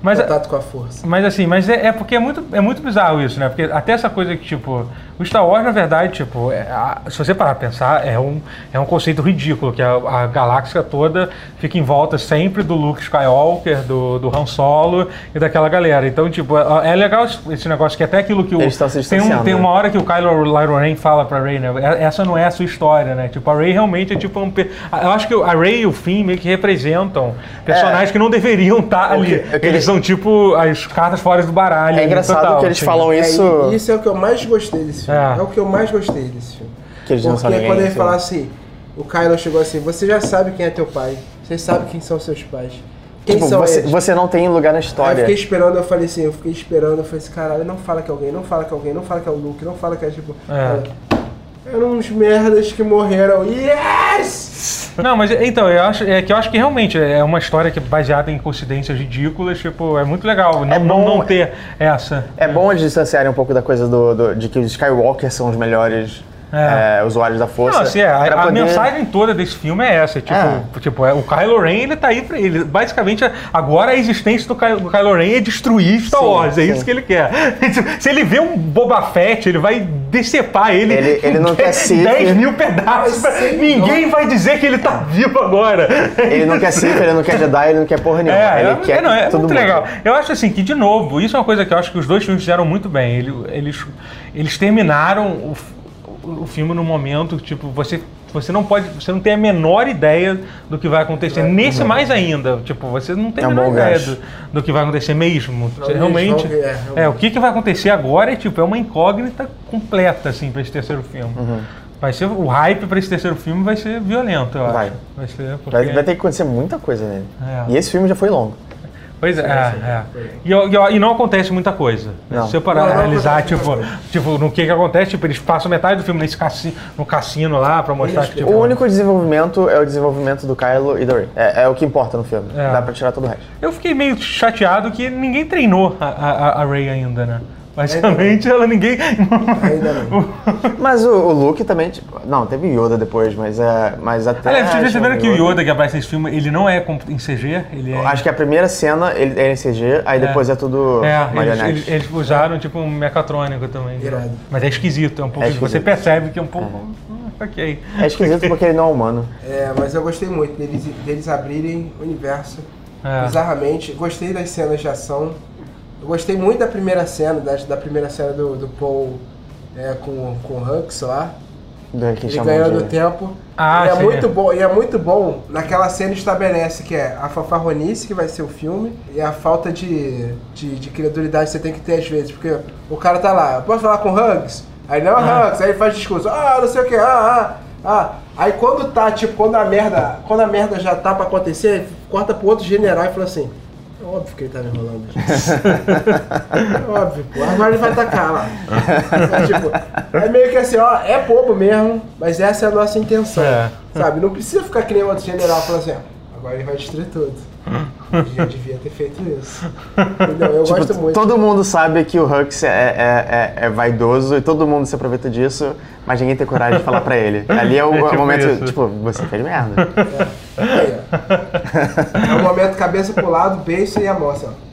Mas é- a- contato com a força. Mas assim, mas é, é porque é muito, é muito bizarro isso, né? Porque até essa coisa que, tipo, o Star Wars, na verdade, tipo, é- a- se você parar pra pensar, é um, é um conceito ridículo, que a, a galáxia toda fica em volta sempre do Luke Skywalker, do, do Han Solo e daquela galera. Então, tipo, é, é legal esse- esse negócio que é até aquilo que o. Eles estão se tem, um, distanciando, tem né? uma hora que o Kylo Lyra Ren fala pra Rey, né? "E- Essa não é a sua história, né? Tipo, a Rey realmente é tipo um. pe- Eu acho que a Rey e o Finn meio que representam personagens que não deveriam estar É. O que- ali. o que Eles eles são tipo as cartas fora do baralho. É engraçado total, que eles assim. falam isso. É, e isso é o que eu mais gostei desse filme. É. É, o que eu mais gostei desse filme. Que eles não Porque sabem quem quando é ele esse fala filme. assim, o Kylo chegou assim, você já sabe quem é teu pai, você sabe quem são seus pais. Quem Tipo, é são você, eles? você não tem lugar na Aí eu história. fiquei esperando, eu falei assim, eu fiquei esperando, eu falei assim, caralho, não fala que é alguém, não fala que é alguém, não fala que é o Luke, não fala que é tipo. É. É. Eram uns merdas que morreram. Yes! Não, mas então, eu acho, é que eu acho que realmente é uma história que é baseada em coincidências ridículas, tipo, é muito legal não, É não- bom- não ter essa. É bom eles distanciarem um pouco da coisa do, do- de que os Skywalker são os melhores É. é, usuários da força. Não, assim, é, a, pra a poder- mensagem toda desse filme é essa, tipo, É. tipo é, o Kylo Ren, ele tá aí pra ele, basicamente, agora a existência do Kylo, do Kylo Ren é destruir Star Sim, Wars, é sim. isso que ele quer. Se ele vê um Boba Fett, ele vai decepar ele, Ele- ele não quer Sith. 10 mil pedaços, pra- Sim, ninguém vai dizer que ele tá vivo agora. Ele não quer Sith, ele não quer Jedi, ele não quer porra nenhuma. É, ele é, quer é, não, é todo muito mundo. legal. Eu acho assim que, de novo, isso é uma coisa que eu acho que os dois filmes fizeram muito bem. Ele- Eles, eles terminaram o, f- o filme num momento que, tipo, você, você não pode. Você não tem a menor ideia do que vai acontecer. Nesse mais ainda. Tipo, você não tem uhum. a É um menor bom ideia gancho. do, do que vai acontecer mesmo. Você eles realmente. vão ver, é, É, o que, que vai acontecer agora é tipo, é uma incógnita completa, assim, pra esse terceiro filme. Uhum. Vai ser, o hype pra esse terceiro filme vai ser violento, eu Vai. acho. Vai ser. Vai, porque- vai ter que acontecer muita coisa nele. É. E esse filme já foi longo. Pois é, é. E, eu- e eu- e não acontece muita coisa. Não. Se eu parar Não, pra não analisar, acontece tipo, muita tipo, no que que acontece, tipo, eles passam metade do filme nesse cassino, no cassino lá pra mostrar que, tipo... O único desenvolvimento é o desenvolvimento do Kylo e do Rey. É, é o que importa no filme. É. Dá pra tirar todo o resto. Eu fiquei meio chateado que ninguém treinou a, a, a Ray ainda, né? Basicamente, ela ninguém... Ainda não. Mas o, o Luke também, tipo, não, teve Yoda depois, mas é, mas até Aliás, vocês perceberam acho que o Yoda que aparece nesse filme, ele não é com- em CG, ele é... Acho que a primeira cena ele é em CG, aí depois é tudo É, eles, marionete. eles- eles usaram tipo um mecatrônico também. Irado. Mas é esquisito, é um pouco. É esquisito. Você percebe que é um pouco. hum, Ok. É esquisito porque ele não é humano. É, mas eu gostei muito deles, deles abrirem o universo. É. Bizarramente. Gostei das cenas de ação. Eu gostei muito da primeira cena, da, da primeira cena do, do Paul é, com, com o Hanks lá. Do né, que Ele chamam ganhando de... tempo. Ah, e é sim. muito bom, e é muito bom. Naquela cena estabelece que é a fanfarronice que vai ser o filme e a falta de, de, de criatividade que você tem que ter às vezes, porque o cara tá lá, "Eu posso falar com o Hugs? Aí não, Ah. Hugs, aí ele faz discurso, ah, não sei o que, ah, ah, ah. Aí quando tá, tipo, quando a merda, quando a merda já tá pra acontecer, ele corta pro outro general e fala assim. "É Óbvio que ele tá me enrolando. gente." É Óbvio, pô. Agora ele vai atacar lá. É, tipo, é meio que assim, ó, é bobo mesmo, mas essa é a nossa intenção. É. Sabe? Não precisa ficar que nem outro general falando assim, ó, agora ele vai destruir tudo. Eu devia ter feito isso. Entendeu? Eu Tipo, gosto muito. todo mundo sabe que o Hux é, é- é- é vaidoso e todo mundo se aproveita disso, mas ninguém tem coragem de falar pra ele. Ali é o É tipo é o momento, isso. tipo, você fez merda. né? Aí, ó. É o momento cabeça pro lado, beijo e a moça. ó.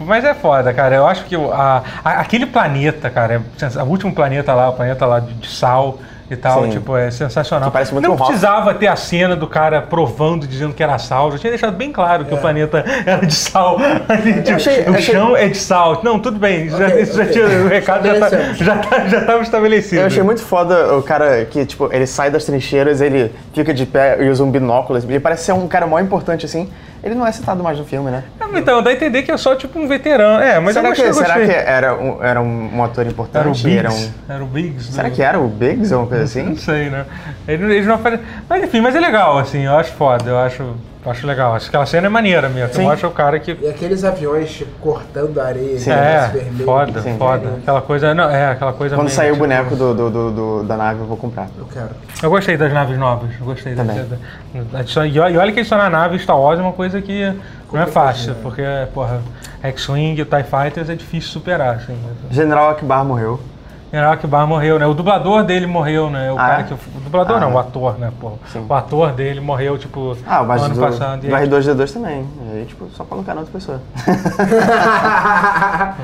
Mas é foda, cara. Eu acho que o- a, a- aquele planeta, cara, é sens- o último planeta lá, o planeta lá de, de sal e tal, Sim. tipo, é sensacional. Que parece muito Não um rock. precisava ter a cena do cara provando, dizendo que era sal. Já tinha deixado bem claro que o planeta era de sal. Ali, tipo, É. achei- o achei- chão é de sal. Não, tudo bem. isso já, Ok, isso já ok. tinha, o recado já, tá, Estabelecemos. já, tá- já tava estabelecido. Eu achei muito foda o cara que, tipo, ele sai das trincheiras, ele fica de pé e usa um binóculo. Ele parece ser um cara mó importante, assim. Ele não é citado mais no filme, né? Ah, Então, dá a entender que é só tipo um veterano. É, mas será eu gostei, que, eu será gostei. que era um, era um, um ator importante? Era o Era Biggs. um- Era o Biggs. né? Será do- que era o Biggs ou uma coisa assim? Não sei, né? Ele, ele não aparece. Mas enfim, mas é legal, assim, eu acho foda, eu acho, eu acho legal. Acho que aquela cena é maneira mesmo. Sim. Eu acho o cara que. E aqueles aviões, tipo, cortando a areia, Sim. É, negócio vermelho. foda, Sim. foda. Aquela coisa. Não, é, aquela coisa. Quando meio, sair o tipo, boneco do, do- do- do- da nave, eu vou comprar. Eu quero. Eu gostei das naves novas. Eu gostei da, Também. da, da- adiciona- E olha e olha que adicionar nave em Star Wars é uma coisa que não é né? fácil, porque, porra, X-Wing e TIE Fighters é difícil superar, assim. é. General Akbar morreu. General Akbar morreu, né? O dublador dele morreu, né? O Ah, cara é? que. O dublador Ah. não, o ator, né, porra? O ator dele morreu, tipo, Ah, o no Baixo ano do, passado. e do R2D2 também. Aí, tipo, só colocaram outra pessoa.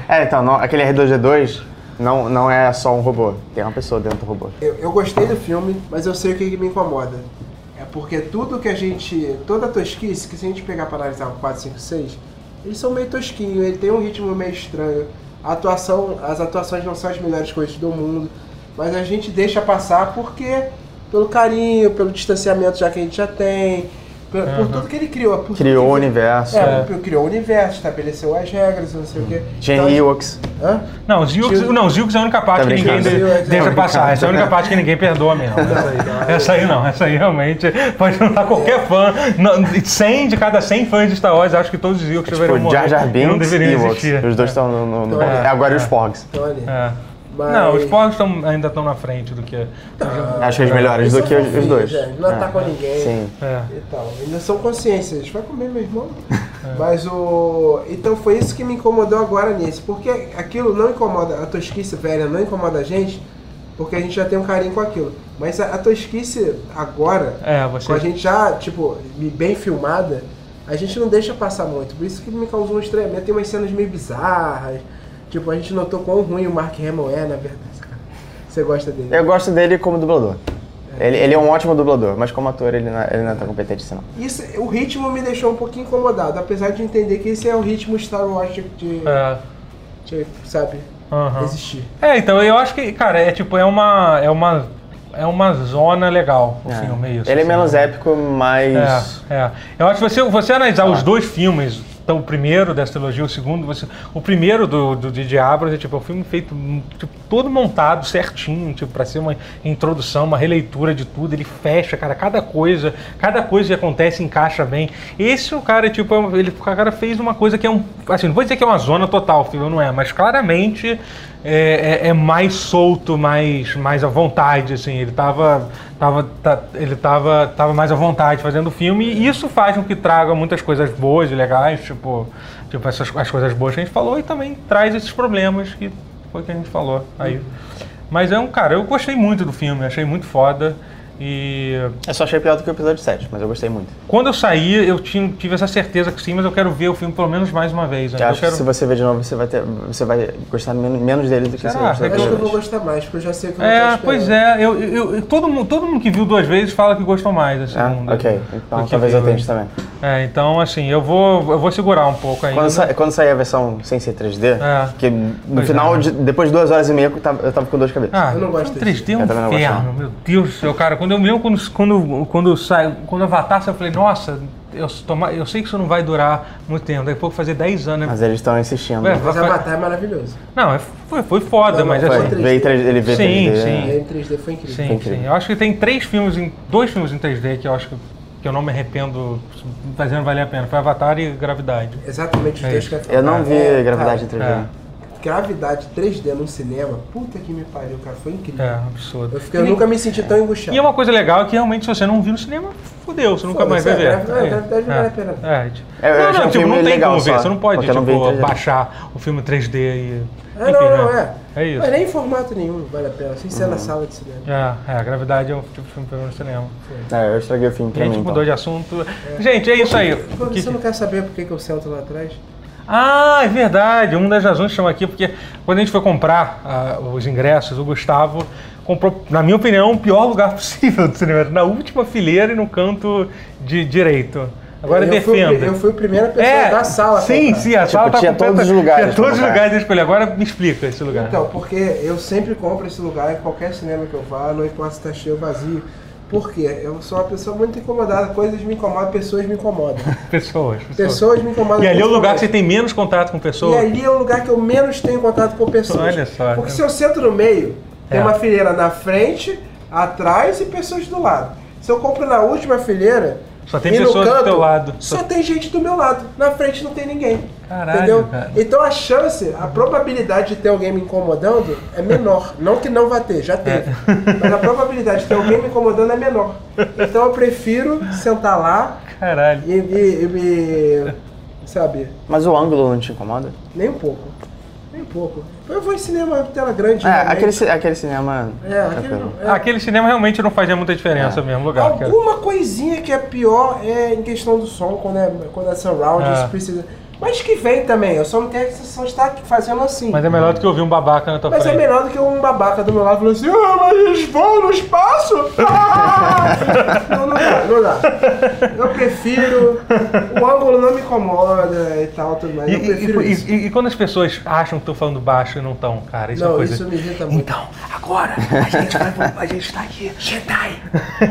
é, então, não- aquele R2D2 não, não é só um robô. Tem uma pessoa dentro do robô. Eu, eu gostei do filme, mas eu sei o que, que me incomoda. É porque tudo que a gente. toda a tosquice, que se a gente pegar pra analisar um o 4, 5, 6, eles são meio tosquinhos, ele tem um ritmo meio estranho. A atuação, as atuações não são as melhores coisas do mundo, mas a gente deixa passar porque. pelo carinho, pelo distanciamento já que a gente já tem, Por, por tudo que ele criou. por tudo Criou o que- universo. É, por- criou o universo, estabeleceu as regras, não sei o quê. Jane Então, Ewoks. Hã? Não, Zilks, Tio- não, Zilks é a única parte Tá que ninguém brincando. de- Zilks, deixa tá passar. Essa é a única parte que ninguém perdoa mesmo. Tá Essa aí, essa aí não, essa aí realmente pode juntar qualquer fã. Não, 100 de cada 100 fãs de Star Wars, acho que todos os Zilks deveriam Tipo, morrer. Jar Jar e não Binks e deveriam Ewoks. existir. Os dois estão no... no, no- É, agora é. os Porgs. Então, olha. É. Mas- Não, os porcos tão- ainda estão na frente do que. é, Acho que os melhores do Eles que são os, os fofinhos, dois. gente, Não tá É. atacam ninguém. Sim. É. e tal. Ainda são consciências, vai comer meu irmão. É. Mas o. Então foi isso que me incomodou agora nisso. Porque aquilo não incomoda, a tosquice velha não incomoda a gente, porque a gente já tem um carinho com aquilo. Mas a, a tosquice agora, É, você- com a gente já, tipo, bem filmada, a gente não deixa passar muito. Por isso que me causou um estranhamento. Tem umas cenas meio bizarras. Tipo, a gente notou quão ruim o Mark Hamill é, na verdade. Você gosta dele? né? Eu gosto dele como dublador. Ele, ele é um ótimo dublador, mas como ator ele não, ele não é tão competente assim, não. Isso, o ritmo me deixou um pouquinho incomodado, apesar de entender que esse é o ritmo Star Wars de, de- É. de, sabe, Aham. existir. É, então eu acho que, cara, é tipo, é uma. É uma, é uma zona legal o filme, é isso. ele é assim, menos né? épico, mas. É, é. Eu acho que você, você analisar os dois filmes, então, o primeiro dessa trilogia, o segundo, você, o primeiro do, do Didi Abrams é tipo, é um filme feito hum, tipo, todo montado certinho, tipo, pra ser uma introdução, uma releitura de tudo, ele fecha, cara, cada coisa, cada coisa que acontece encaixa bem. Esse o cara, tipo, é um- ele, o cara fez uma coisa que é um, assim, não vou dizer que é uma zona total, o filme não é, mas claramente é, é- é mais solto, mais, mais à vontade, assim, ele tava, tava, tá- ele tava, tava mais à vontade fazendo o filme e isso faz com que traga muitas coisas boas e legais, tipo, tipo essas, as coisas boas que a gente falou e também traz esses problemas que foi que a gente falou aí. Mas é um, cara, eu gostei muito do filme, achei muito foda e Eu é só achei pior do que o episódio 7, mas eu gostei muito. quando eu saí, eu tinha- tive essa certeza que sim, mas eu quero ver o filme pelo menos mais uma vez. né? Eu acho quero... que se você ver de novo, você vai, ter, você vai gostar men- menos dele do que Será? você É gostou da Eu acho que eu primeira vou vez. gostar mais, porque eu já sei o que eu É, tô pois esperando. é. Eu, eu- eu- todo, mundo, todo mundo que viu duas vezes fala que gostou mais da segunda. Ah, ok. do Então que talvez viu. eu tente também. É, então assim, eu vou, eu vou segurar um pouco ainda. Quando, sa- quando sair a versão sem ser 3D, É. que no Pois final, é. de- depois de duas horas e meia, eu tava, eu tava com dor de cabeça. Ah, Eu não gosto o 3D é um Eu também não gosto, inferno, não. meu Deus do céu, cara. Quando eu me lembro quando, quando, quando, sai, quando Avatar saiu, eu falei, nossa, eu, toma- eu sei que isso não vai durar muito tempo, daqui a pouco fazer 10 anos. né? Mas eles estão insistindo. Ué, Mas Vai- Avatar é maravilhoso. Não, é- foi, foi foda, Não, não, mas foi. assim. Foi. Veio 3D, ele veio Sim, 3D. sim. E aí, em 3D foi incrível. Sim, incrível. sim. Eu acho que tem três filmes em. dois filmes em 3D que eu acho que, que eu não me arrependo fazendo valer a pena. Foi Avatar e Gravidade. Exatamente os É dois isso. que falar. Eu não vi É, gravidade em cara, 3D. É. Gravidade 3D no cinema, puta que me pariu, cara, foi incrível. É, absurdo. Eu, fiquei- eu nunca me senti tão angustiado. E é uma coisa legal é que realmente se você não viu no cinema, fudeu, você nunca mais vai Foda-se, ver. é, Gravidade- Gravidade não vale a pena. É, é, tipo- É, eu não, achei não, um tipo, filme não tem legal como ver, só, você não pode porque eu tipo, não né? vi em 3D. baixar o filme 3D e. Ah, enfim, não, não, né? é. É isso. Mas nem em formato nenhum vale a pena, sem ser Uhum. na sala de cinema. É, é, a gravidade é um tipo de filme que eu vi no cinema. É, eu estraguei o filme E pra a mim. gente mudou Então. de assunto. Gente, é isso aí. Pô, Que- Você não quer saber por que que eu sento lá atrás? Ah, é verdade. Uma das razões que chama aqui, é porque quando a gente foi comprar ah, os ingressos, o Gustavo comprou, na minha opinião, o pior lugar possível do cinema. Na última fileira e no canto de direito. Agora É, eu fui o defenda. É, pri- eu fui a primeira pessoa da sala. a Sim, comprar. sim, a Tipo, sala tá tinha completa- todos os lugares Tinha todos os pra comprar. lugares a escolher. Agora me explica esse lugar. Então, porque eu sempre compro esse lugar em qualquer cinema que eu vá, não importa se tá cheio ou vazio. Por quê? Eu sou uma pessoa muito incomodada, coisas me incomodam, pessoas me incomodam. pessoas, pessoas. Pessoas me incomodam. E ali é o lugar que você principalmente. tem menos contato com E pessoas. ali é o lugar que eu menos tenho contato com pessoas. Olha só. Porque se eu sento no meio, tem É. uma fileira na frente, atrás e pessoas do lado. Se eu compro na última fileira. Só tem e no pessoa do canto, teu lado. Só, tem gente do meu lado. Na frente não tem ninguém. Caralho, entendeu? cara. Então a chance, a probabilidade de ter alguém me incomodando é menor. não que não vá É. ter, já teve. Mas a probabilidade de ter alguém me incomodando é menor. Então eu prefiro sentar lá Caralho. e, e- e me. Sabe? Mas o ângulo não te incomoda? Nem um pouco. Nem um pouco. Eu vou em cinema tela grande. É, realmente. aquele, ci- aquele cinema. É, aquele tranquilo. não. é. Aquele cinema realmente não fazia muita diferença É. mesmo, o lugar. cara. Alguma coisinha que é pior é em questão do som, quando é, quando é surround, É. isso precisa. Mas que vem também, eu só não tenho a sensação de estar fazendo assim. Mas é melhor do que ouvir um babaca na tua Mas é frente. melhor do que um babaca do meu lado falando assim, ah, mas eles vão no espaço? Ah! não, não dá, não dá. Eu prefiro. O ângulo não me incomoda e tal, tudo mais. E, Eu prefiro e- e- isso. e- e quando as pessoas acham que estão falando baixo e não estão, cara, isso é uma Não, coisa. Então, isso me irrita muito. agora a gente vai voltar. A gente tá aqui. Jedi!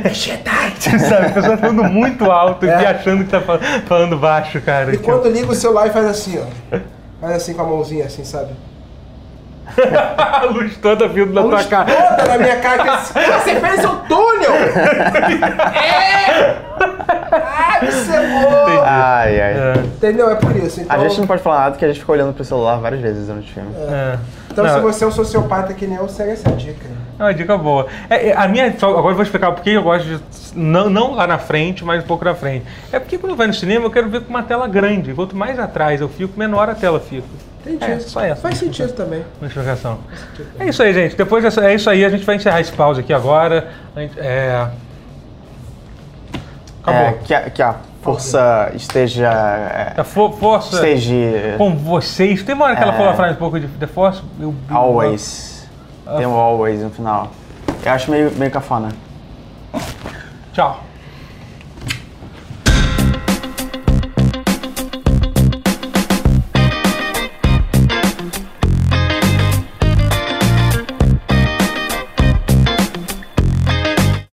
É Jedi! Sabe, a pessoa tá falando muito alto e achando que tá fal- falando baixo, cara. E Que quando liga o celular e faz assim, ó. Faz assim com a mãozinha, assim, sabe? A luz toda vindo da tua Luz cara. toda na minha cara. que assim, Você fez um túnel! é! Ah, me cegou! Ai, ai. É, Entendeu? É por isso. Então, A gente não pode falar nada porque a gente fica olhando pro celular várias vezes durante o filme. é. então Não, se você é um sociopata que nem eu, segue essa dica. É uma dica boa. É, é, a minha. só- agora eu vou explicar porque eu gosto de. Não, não lá na frente, mas um pouco na frente. É porque quando vai no cinema eu quero ver com uma tela grande. Quanto mais atrás eu fico, menor a tela fica. Entendi. É, só essa. Faz sentido também. Uma explicação. É isso aí, gente. Depois dessa- é isso aí. A gente vai encerrar esse pause aqui agora. A gente- é. Acabou. É, que, a, que a força esteja. é, A fo- força esteja. com vocês. Tem uma hora que ela É. falou a frase um pouco de The Force. Eu, Always. Tem um always no final. Eu acho meio, meio cafona. Tchau.